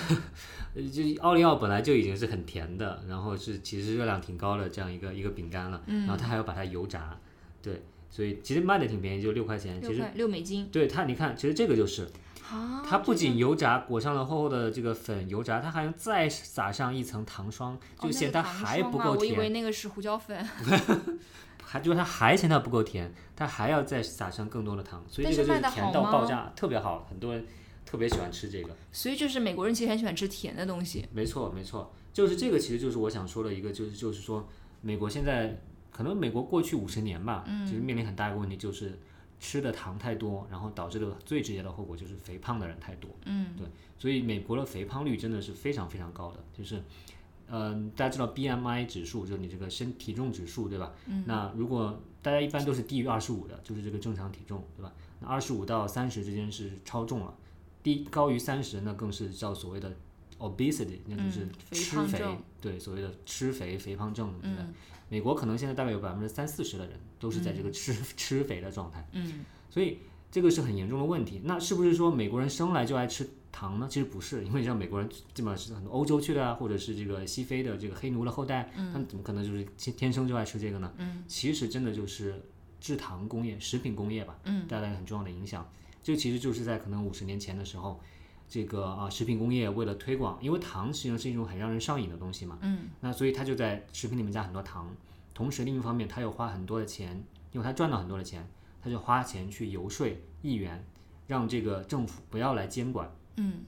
S1: 呃就是奥利奥本来就已经是很甜的，然后是其实热量挺高的这样一个一个饼干了，
S3: 嗯
S1: 然后他还要把它油炸，对，所以其实卖的挺便宜，就六块钱，
S3: 六
S1: 其实
S3: 块六美金
S1: 对它，你看，其实这个就是
S3: 啊！
S1: 它不仅油炸，裹上了厚厚的这个粉油炸，它还能再撒上一层糖霜，
S3: 哦
S1: 就
S3: 那
S1: 嫌
S3: 个
S1: 它
S3: 糖
S1: 还
S3: 霜
S1: 不
S3: 啊
S1: 够
S3: 我以为
S1: 甜，
S3: 那个是胡椒粉，
S1: 还就是它还嫌它不够甜，它还要再撒上更多的糖，所以
S3: 但
S1: 这个
S3: 是
S1: 就
S3: 卖
S1: 是
S3: 得
S1: 甜
S3: 好
S1: 到爆
S3: 吗
S1: 炸，特别好，很多人特别喜欢吃这个。
S3: 所以就是美国人其实很喜欢吃甜的东西。
S1: 没错，没错，就是这个，其实就是我想说的一个，就是就是说，美国现在可能美国过去五十年吧，其实面临很大一个问题，就是吃的糖太多，然后导致的最直接的后果就是肥胖的人太多。嗯，对，所以美国的肥胖率真的是非常非常高的，就是。嗯、大家知道 BMI 指数就是你这个身体重指数，对吧？嗯、那如果大家一般都是低于二十五的，就是这个正常体重，对吧？那二十五到三十之间是超重了，低高于三十那更是叫所谓的 obesity，那就是
S3: 嗯肥
S1: 吃
S3: 胖
S1: 肥，
S3: 症
S1: 对所谓的吃肥、肥胖症之类
S3: 嗯
S1: 的。美国可能现在大概有百分之三四十的人都是在这个吃、 吃肥的状态，
S3: 嗯，
S1: 所以这个是很严重的问题。那是不是说美国人生来就爱吃糖呢？其实不是，因为像美国人基本上是很多欧洲去的啊，或者是这个西非的这个黑奴的后代，他们怎么可能就是天天生就爱吃这个呢？嗯，其实真的就是制糖工业、食品工业吧，嗯，带来很重要的影响。这其实就是在可能五十年前的时候。这个啊，食品工业为了推广，因为糖实际上是一种很让人上瘾的东西嘛，嗯，那所以它就在食品里面加很多糖，同时另一方面，他又花很多的钱，因为他赚到很多的钱，他就花钱去游说议员，让这个政府不要来监管，
S3: 嗯，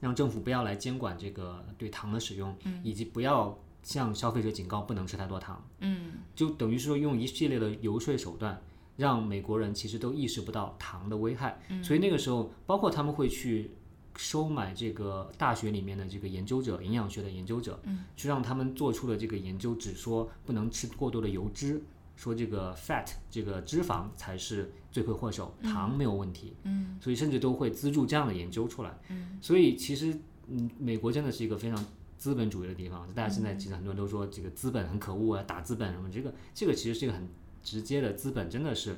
S1: 让政府不要来监管这个对糖的使用，以及不要向消费者警告不能吃太多糖，嗯，就等于是说用一系列的游说手段。让美国人其实都意识不到糖的危害，所以那个时候，包括他们会去收买这个大学里面的这个研究者，营养学的研究者，去让他们做出了这个研究，只说不能吃过多的油脂，说这个 fat 这个脂肪才是罪魁祸首，糖没有问题。嗯，所以甚至都会资助这样的研究出来。嗯，所以其实嗯，美国真的是一个非常。资本主义的地方，大家现在其实很多人都说这个资本很可恶啊，打资本什么，这个这个其实是一个很直接的资本，真的是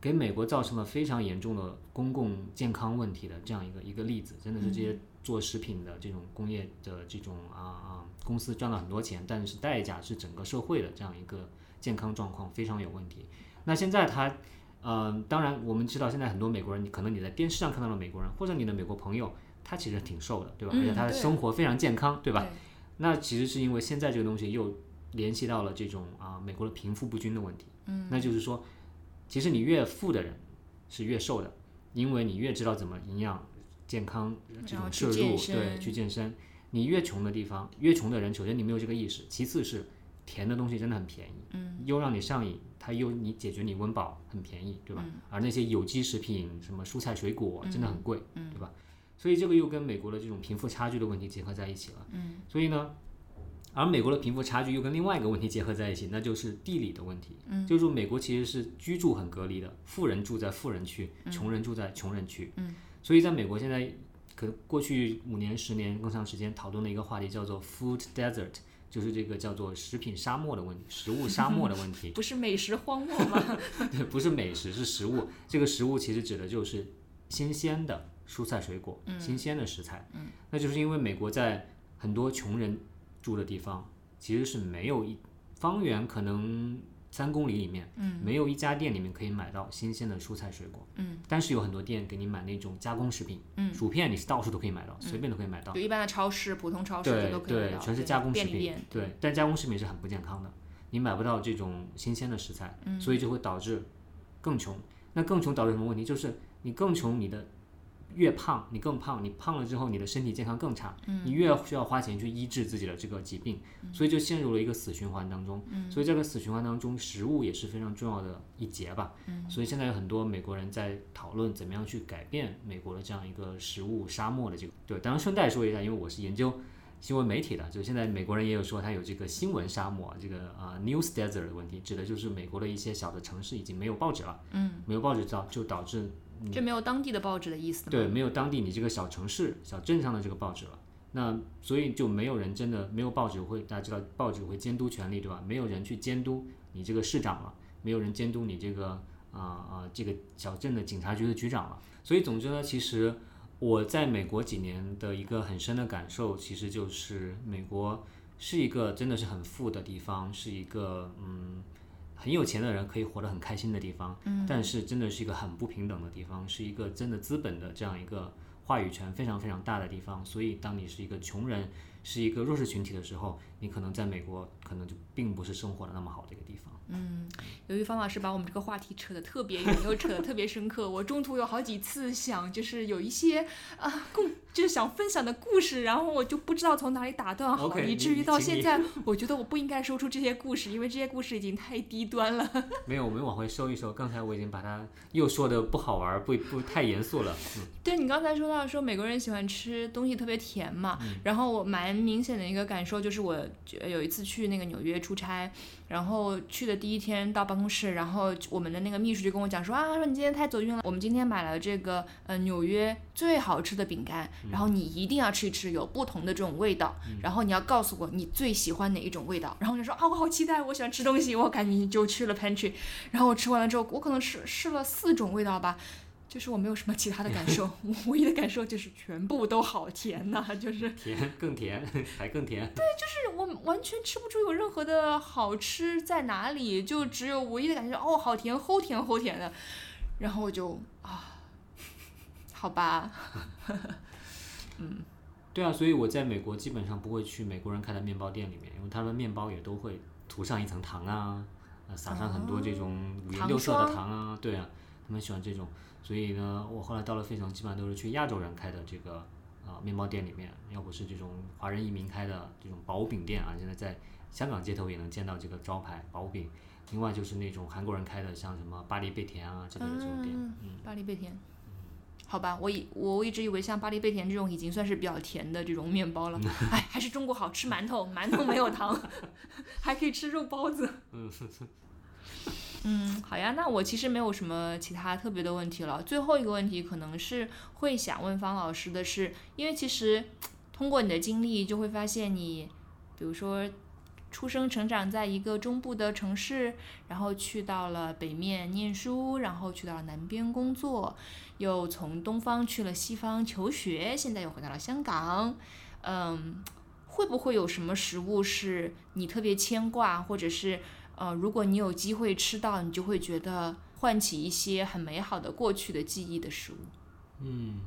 S1: 给美国造成了非常严重的公共健康问题的这样一个一个例子，真的是这些做食品的这种工业的这种啊啊公司赚了很多钱，但是代价是整个社会的这样一个健康状况非常有问题。那现在他，呃，当然我们知道现在很多美国人，你可能你在电视上看到的美国人，或者你的美国朋友，他其实挺瘦的，对吧？
S3: 嗯
S1: 而且他的
S3: 对
S1: 生活非常健康，对吧？
S3: 对
S1: 那其实是因为现在这个东西又联系到了这种啊美国的贫富不均的问题。嗯，那就是说，其实你越富的人是越瘦的，因为你越知道怎么营养健康这
S3: 然
S1: 种
S3: 后去
S1: 摄入
S3: 健，身
S1: 对，去健身。你越穷的地方，越穷的人，首先你没有这个意识，其次是甜的东西真的很便宜，嗯，又让你上瘾，它又你解决你温饱很便宜，对吧？而那些有机食品，什么蔬菜水果，真的很贵，对吧？所以这个又跟美国的这种贫富差距的问题结合在一起了，嗯，所以呢，而美国的贫富差距又跟另外一个问题结合在一起，那就是地理的问题，嗯，就是说美国其实是居住很隔离的，富人住在富人区，穷人住在穷人区，嗯，所以在美国现在可能过去五年、十年更长时间讨论的一个话题叫做 food desert，就是这个叫做食品沙漠的问题，食物沙漠的问题。
S3: 不是美食荒漠吗？
S1: 对， 不是美食，是食物。这个食物其实指的就是新鲜的蔬菜水果，新鲜的食材。嗯，那就是因为美国在很多穷人住的地方，其实是没有一方圆可能三公里里面，嗯，没有一家店里面可以买到新鲜的蔬菜水果。嗯，但是有很多店给你买那种加工食品，嗯，薯片你是到处都可以买到，随便都可以买到。
S3: 就一般的超市、普嗯通超市
S1: 对
S3: 这都可以买
S1: 对
S3: 到，，
S1: 全是
S3: 对
S1: 加工食
S3: 便利
S1: 品
S3: 店。，
S1: 对，但加工食品是很
S3: 嗯
S1: 不健康的，你买不到这种新鲜的食材，所以就会导致更穷。那更穷导致什么问题？就是你更穷，你的越胖，你更胖，你胖了之后，你的身体健康更差，你越需要花钱去医治自己的这个疾病，所以就陷入了一个死循环当中。所以这个死循环当中，食物也是非常重要的一节吧。所以现在有很多美国人在讨论怎么样去改变美国的这样一个食物沙漠的这个。对，当然顺带说一下，因为我是研究。新闻媒体的，就是现在美国人也有说他有这个新闻沙漠，这个啊、news desert 的问题，指的就是美国的一些小的城市已经没有报纸了，嗯，没有报纸导就导致
S3: 就没有当地的报纸的意思吗？
S1: 对没有当地你这个小城市、小镇上的这个报纸了。那所以就没有人真的没有报纸会，大家知道报纸会监督权力对吧？没有人去监督你这个市长了，没有人监督你这个啊啊、这个小镇的警察局的局长了。所以总之呢，其实我在美国几年的一个很深的感受，其实就是美国是一个真的是很富的地方，是一个嗯很有钱的人可以活得很开心的地方，嗯、但是真的是一个很不平等的地方，是一个真的资本的这样一个话语权非常非常大的地方。所以，当你是一个穷人，是一个弱势群体的时候，你可能在美国可能就并不是生活的那么好的一个地方。
S3: 由于方老师把我们这个话题扯得特别远，又扯得特别深刻，我中途有好几次想，就是有一些啊共，就是想分享的故事，然后我就不知道从哪里打断好
S1: OK，
S3: 以至
S1: 你
S3: 于到
S1: 请
S3: 现
S1: 你
S3: 在，我觉得我不应该说出这些故事，因为这些故事已经太低端了。
S1: 没有，我们往回收一收，刚才我已经把它又说的不好玩儿，不不太严肃 了。嗯
S3: 对你刚才说到说美国人喜欢吃东西特别甜嘛，然后我蛮明显的一个感受就是我呃有一次去那个纽约出差，然后去的第一天到办公室，然后我们的那个秘书就跟我讲说啊，说你今天太走运了，我们今天买了这个呃纽约最好吃的饼干，然后你一定要吃一吃，有不同的这种味道，然后你要告诉我你最喜欢哪一种味道，然后我就说啊，我好期待，我喜欢吃东西，我赶紧就去了 pantry，然后我吃完了之后，我可能试试了四种味道吧，就是我没有什么其他的感受，我唯一的感受就是全部都好甜呐、就是
S1: 甜更甜，还更甜。
S3: 就是我完全吃不出有任何的好吃在哪里，就只有唯一的感觉哦，好甜，齁甜齁甜的，然后我就啊，好吧，
S1: 对啊，所以我在美国基本上不会去美国人开的面包店里面，因为他们面包也都会涂上一层糖啊，呃，撒上很多这种五颜六色的
S3: 糖
S1: 糖啊，对啊，他们喜欢这种。所以呢，我后来到了费城，基本上都是去亚洲人开的这个呃面包店里面，要不是这种华人移民开的这种薄饼店啊，现在在香港街头也能见到这个招牌薄饼。另外就是那种韩国人开的，像什么巴黎贝甜啊之类的这种店，
S3: 嗯巴黎贝甜。好吧，我以我一直以为像巴黎贝甜这种已经算是比较甜的这种面包 了，哎，还是中国好吃馒头，馒头没有糖， 还可以吃肉 包子。嗯，好呀，那我其实没有什么其他特别的问题了。最后一个问题可能是会想问方老师的是，因为其实通过你的经历就会发现你，比如说出生成长在一个中部的城市，然后去到了北面念书，然后去到了南边工作，又从东方去了西方求学，现在又回到了香港。嗯，会不会有什么食物是你特别牵挂，或者是呃，如果你有机会吃到，你就会觉得唤起一些很美好的过去的记忆的食物？
S1: 嗯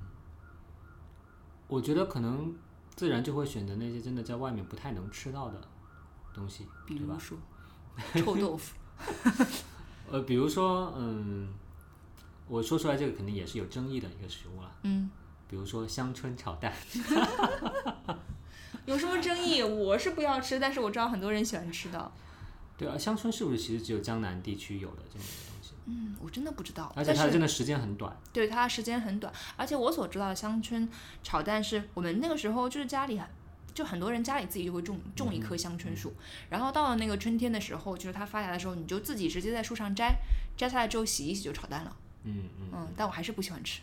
S1: 我觉得可能自然就会选择那些真的在外面不太能吃到的东西，
S3: 比
S1: 对吧
S3: 如？说臭豆腐，
S1: 呃，比如说，嗯，我说出来这个肯定也是有争议的一个食物了，
S3: 嗯，
S1: 比如说香椿炒蛋，
S3: 有什么争议？我是不要吃，但是我知道很多人喜欢吃的。
S1: 对啊，香椿是不是其实只有江南地区有的这么一个东西？
S3: 嗯，我真的不知道，
S1: 而且
S3: 但
S1: 它
S3: 是
S1: 真的时间很短，
S3: 对它时间很短，而且我所知道的香椿炒蛋是我们那个时候就是家里很。就很多人家里自己就会种种
S1: 嗯
S3: 一棵香椿树，然后到了那个春天的时候，就是它发芽的时候，你就自己直接在树上摘，摘下来之后洗一洗就炒蛋了。
S1: 嗯嗯。
S3: 嗯，但我还是不喜欢吃。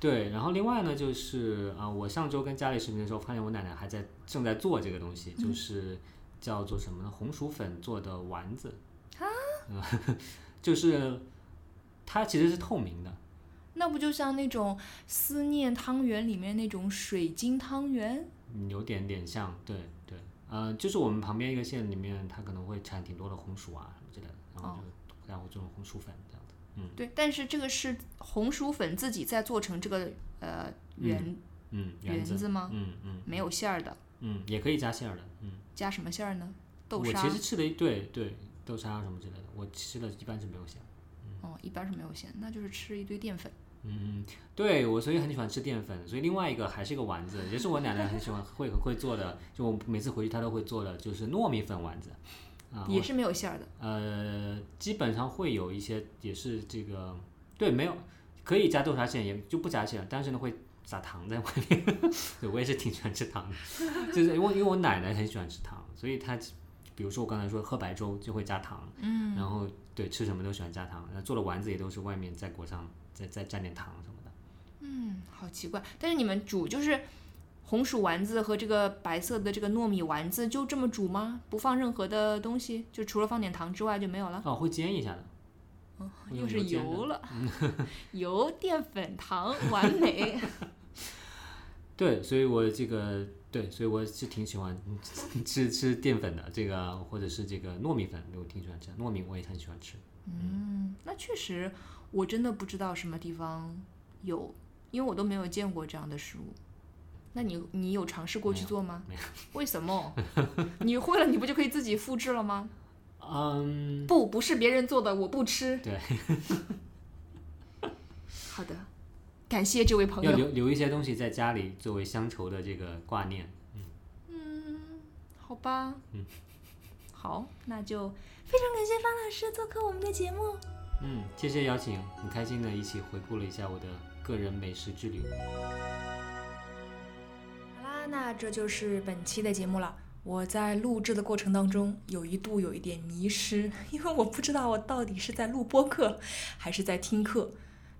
S1: 对，然后另外呢，就是啊、我上周跟家里视频的时候，发现我奶奶还在正在做这个东西，
S3: 嗯
S1: 就是叫做什么呢？红薯粉做的丸子啊、嗯 就是它其实是透明的，
S3: 那不就像那种思念汤圆里面那种水晶汤圆？
S1: 嗯有点点像，对对，呃，就是我们旁边一个县里面，它可能会产挺多的红薯啊什么之类的，然
S3: 哦
S1: 后就、然后这种红薯粉这样子，嗯
S3: 对，但是这个是红薯粉自己再做成这个呃圆
S1: 嗯，
S3: 圆
S1: 圆子，
S3: 子吗？
S1: 嗯嗯
S3: 没有馅儿的，
S1: 嗯，也可以加馅儿的，嗯，
S3: 加什么馅儿呢？豆
S1: 我
S3: 沙
S1: 啊其。实吃的一对对豆沙什么之类的，我吃的一般是没有馅儿，
S3: 哦，一般是没有咸，那就是吃一堆淀粉。
S1: 嗯，对我所以很喜欢吃淀粉，所以另外一个还是一个丸子，也是我奶奶很喜欢会会做的，就我每次回去她都会做的，就是糯米粉丸子。啊、
S3: 也是没有馅儿的，
S1: 呃，基本上会有一些也是这个，对，没有可以加豆沙馅，也就不加馅，但是呢会撒糖在外面。 对我也是挺喜欢吃糖的，就是因为因为我奶奶很喜欢吃糖，所以她比如说我刚才说喝白粥就会加糖，嗯，然后对吃什么都喜欢加糖，那做的丸子也都是外面再裹上再再蘸点糖什么的。
S3: 嗯，好奇怪。但是你们煮就是红薯丸子和这个白色的这个糯米丸子就这么煮吗？不放任何的东西，就除了放点糖之外就没有了？
S1: 哦，会煎一下的，
S3: 啊哦，
S1: 会
S3: 又
S1: 用
S3: 是
S1: 油煎的嗯
S3: 油了， 油、淀粉、糖，完美。
S1: 对，所以我这个对，所以我是挺喜欢 吃吃淀粉的，这个或者是这个糯米粉，我挺喜欢吃糯米，我也很喜欢吃。
S3: 嗯，那确实，我真的不知道什么地方有，因为我都没有见过这样的食物。那你你有尝试过去做吗？
S1: 没有
S3: 为 什么？你会了，你不就可以自己复制了吗？
S1: 嗯，
S3: 不，不是别人做的，我不吃。
S1: 对，
S3: 好的，感谢这位朋
S1: 要
S3: 友。
S1: 留留一些东西在家里作为乡愁的这个挂念。
S3: 嗯好吧，嗯，好，那就
S4: 非常感谢方老师做客我们的节目。
S1: 嗯，谢谢邀请，很开心的一起回顾了一下我的个人美食之旅。
S4: 好啦，那这就是本期的节目了。我在录制的过程当中，有一度有一点迷失， 因为我不知道我到底是在录播课还是在听课。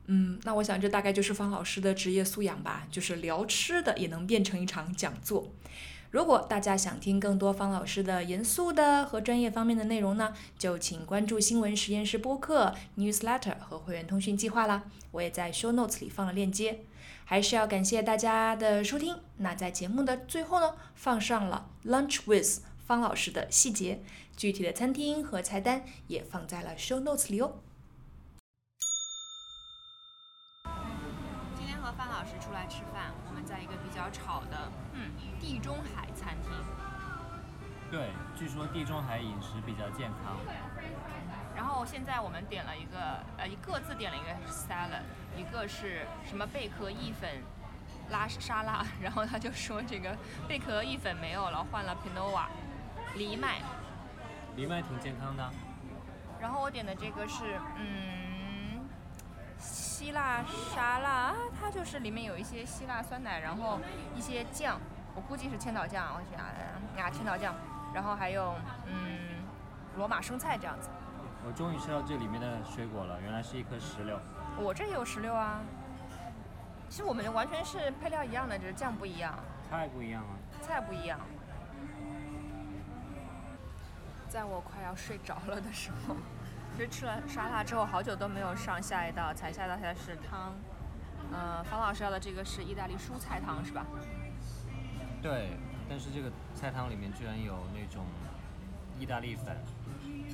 S4: 嗯，那我想这大概就是方老师的职业素养吧，就是聊吃的也能变成一场讲座。如果大家想听更多方老师的严肃的和专业方面的内容呢，就请关注新闻实验室播客、newsletter 和会员通讯计划啦。我也在 show notes 里放了链接。还是要感谢大家的收听。那在节目的最后呢，放上了 Lunch with 方老师的细节，具体的餐厅和菜单也放在了 show notes 里哦。
S5: 今天和范老师出来吃饭，我们在一个比较吵的，嗯，地中海餐厅。
S1: 对，据说地中海饮食比较健康。
S5: 然后现在我们点了一个，呃，各自点了一个 salad，一个是什么贝壳意粉拉沙拉， 然后他就说这个贝壳意粉没有了，换了 pinoa 藜麦。
S1: 藜麦挺健康的，
S5: 然后我点的这个是，嗯，希腊沙拉，啊它就是里面有一些希腊酸奶，然后一些酱，我估计是千岛酱，我去啊啊千岛酱，然后还有嗯罗马生菜这样子。
S1: 我终于吃到这里面的水果了，原来是一颗石榴。
S5: 我这也有石榴啊，其实我们完全是配料一样的，只是酱不一样，
S1: 太不一样啊了。
S5: 菜不一样。在我快要睡着了的时候， 其实吃了沙拉之后，好久都没有上下一道菜，下一道菜是汤。呃，方老师要的这个是意大利蔬菜汤是吧？
S1: 对，但是这个菜汤里面居然有那种意大利粉，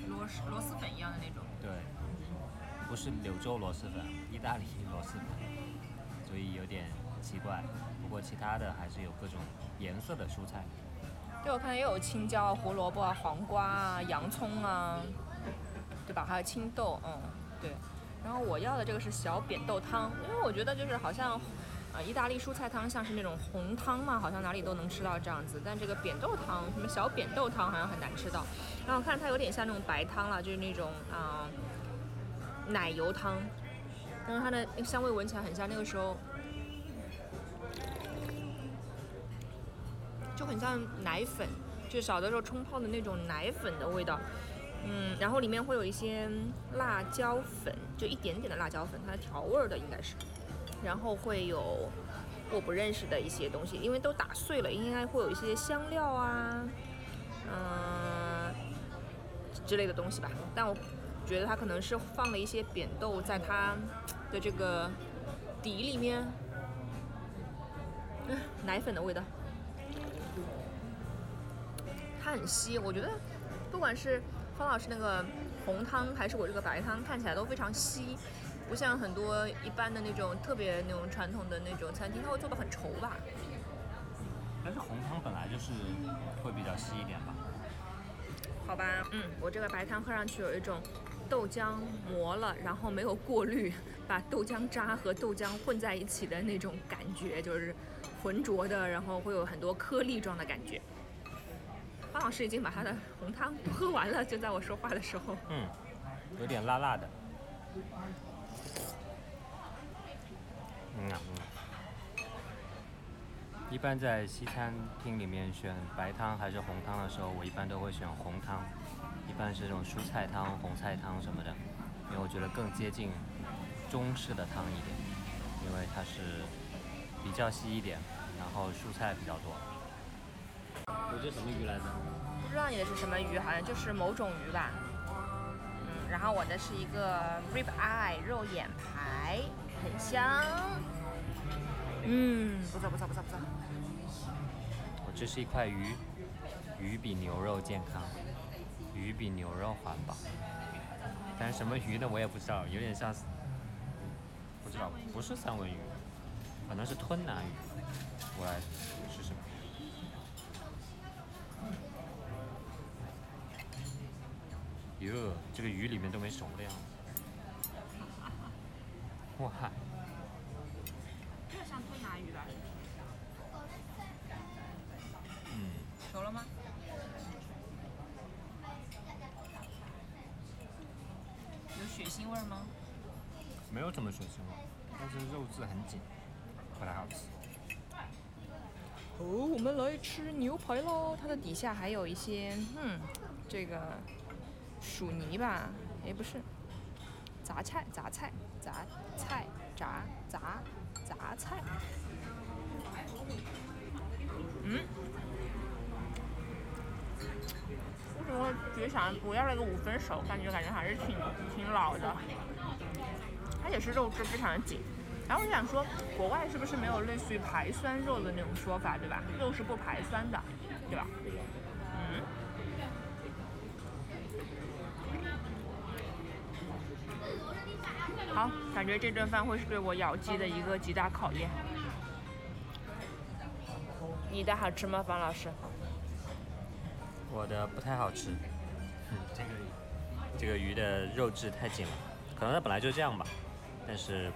S5: 螺蛳螺蛳粉一样的那种。
S1: 对，不是柳州螺蛳粉，意大利螺蛳粉，所以有点奇怪。不过其他的还是有各种颜色的蔬菜。
S5: 对，我看也有青椒啊、胡萝卜啊、黄瓜啊、洋葱啊，对吧？还有青豆，嗯，对。然后我要的这个是小扁豆汤，因为我觉得就是好像，呃，意大利蔬菜汤像是那种红汤嘛，好像哪里都能吃到这样子。但这个扁豆汤，嗯什么小扁豆汤好像很难吃到。然后我看它有点像那种白汤了，就是那种啊、呃奶油汤，但是它的那个香味闻起来很像那个时候就很像奶粉，就小的时候冲泡的那种奶粉的味道。嗯，然后里面会有一些辣椒粉，就一点点的辣椒粉，它调味儿的应该是，然后会有我不认识的一些东西，因为都打碎了，应该会有一些香料啊，嗯、之类的东西吧。但我觉得它可能是放了一些扁豆在它的这个底里面，嗯奶粉的味道。它很稀，我觉得不管是方老师那个红汤还是我这个白汤，看起来都非常稀，不像很多一般的那种特别那种传统的那种餐厅，它会做的很稠吧。
S1: 但是红汤本来就是会比较稀一点吧。
S5: 好吧，嗯，我这个白汤喝上去有一种豆浆磨了，然后没有过滤，把豆浆渣和豆浆混在一起的那种感觉，就是浑浊的，然后会有很多颗粒状的感觉。方老师已经把他的红汤都喝完了，就在我说话的时候。
S1: 嗯，有点辣辣的。嗯啊嗯啊一般在西餐厅里面选白汤还是红汤的时候，我一般都会选红汤，一般是这种蔬菜汤、红菜汤什么的，因为我觉得更接近中式的汤一点，因为它是比较稀一点，然后蔬菜比较多。
S6: 我这什么鱼来着？
S5: 不知道你的是什么鱼，好像就是某种鱼吧。嗯，然后我的是一个 rib eye 肉眼排，很香。嗯，不错不错不错不错。
S1: 我这是一块鱼，鱼比牛肉健康，鱼比牛肉环保。但是什么鱼呢？我也不知道，有点像是，不知道，不是三文鱼，反正是吞拿鱼。我来试试。哟，这个鱼里面都没熟的样子。哇，
S5: 这个像吞拿鱼吧？
S1: 嗯，
S5: 熟了吗？有血腥味吗？
S1: 没有什么水腥味，但是肉质很紧，不太好吃。
S5: 哦，我们来吃牛排喽！它的底下还有一些，嗯，这个薯泥吧，哎，不是，杂菜，杂菜，杂菜，炸杂杂菜。嗯，为什么觉得想我要了一个五分熟？感觉感觉还是挺挺老的，它也是肉质非常的紧。然后我想说，国外是不是没有类似于排酸肉的那种说法，对吧？肉是不排酸的，对吧？嗯。好，感觉这顿饭会是对我咬肌的一个极大考验。你的好吃吗，方老师？
S1: 我的不太好吃，嗯，这个这个鱼的肉质太紧了，可能它本来就这样吧。但是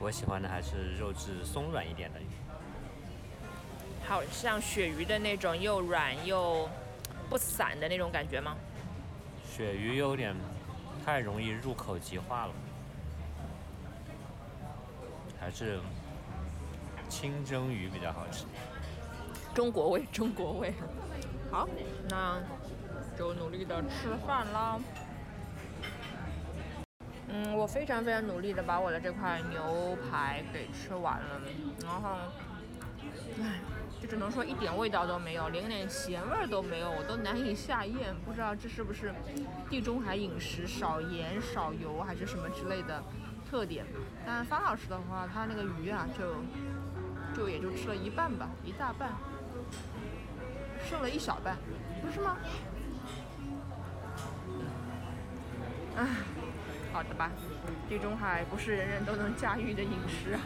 S1: 我喜欢的还是肉质松软一点的鱼。
S5: 好像鳕鱼的那种又软又不散的那种感觉吗？
S1: 鳕鱼有点太容易入口即化了，还是清蒸鱼比较好吃。
S5: 中国味，中国味。好，那就努力的吃饭啦。嗯，我非常非常努力的把我的这块牛排给吃完了，然后，唉，就只能说一点味道都没有，连点咸味儿都没有，我都难以下咽。不知道这是不是地中海饮食少盐少油还是什么之类的特点。但方老师的话，他那个鱼啊，就就也就吃了一半吧，一大半。剩了一小半，不是吗？唉，好的吧，地中海不是人人都能驾驭的饮食啊。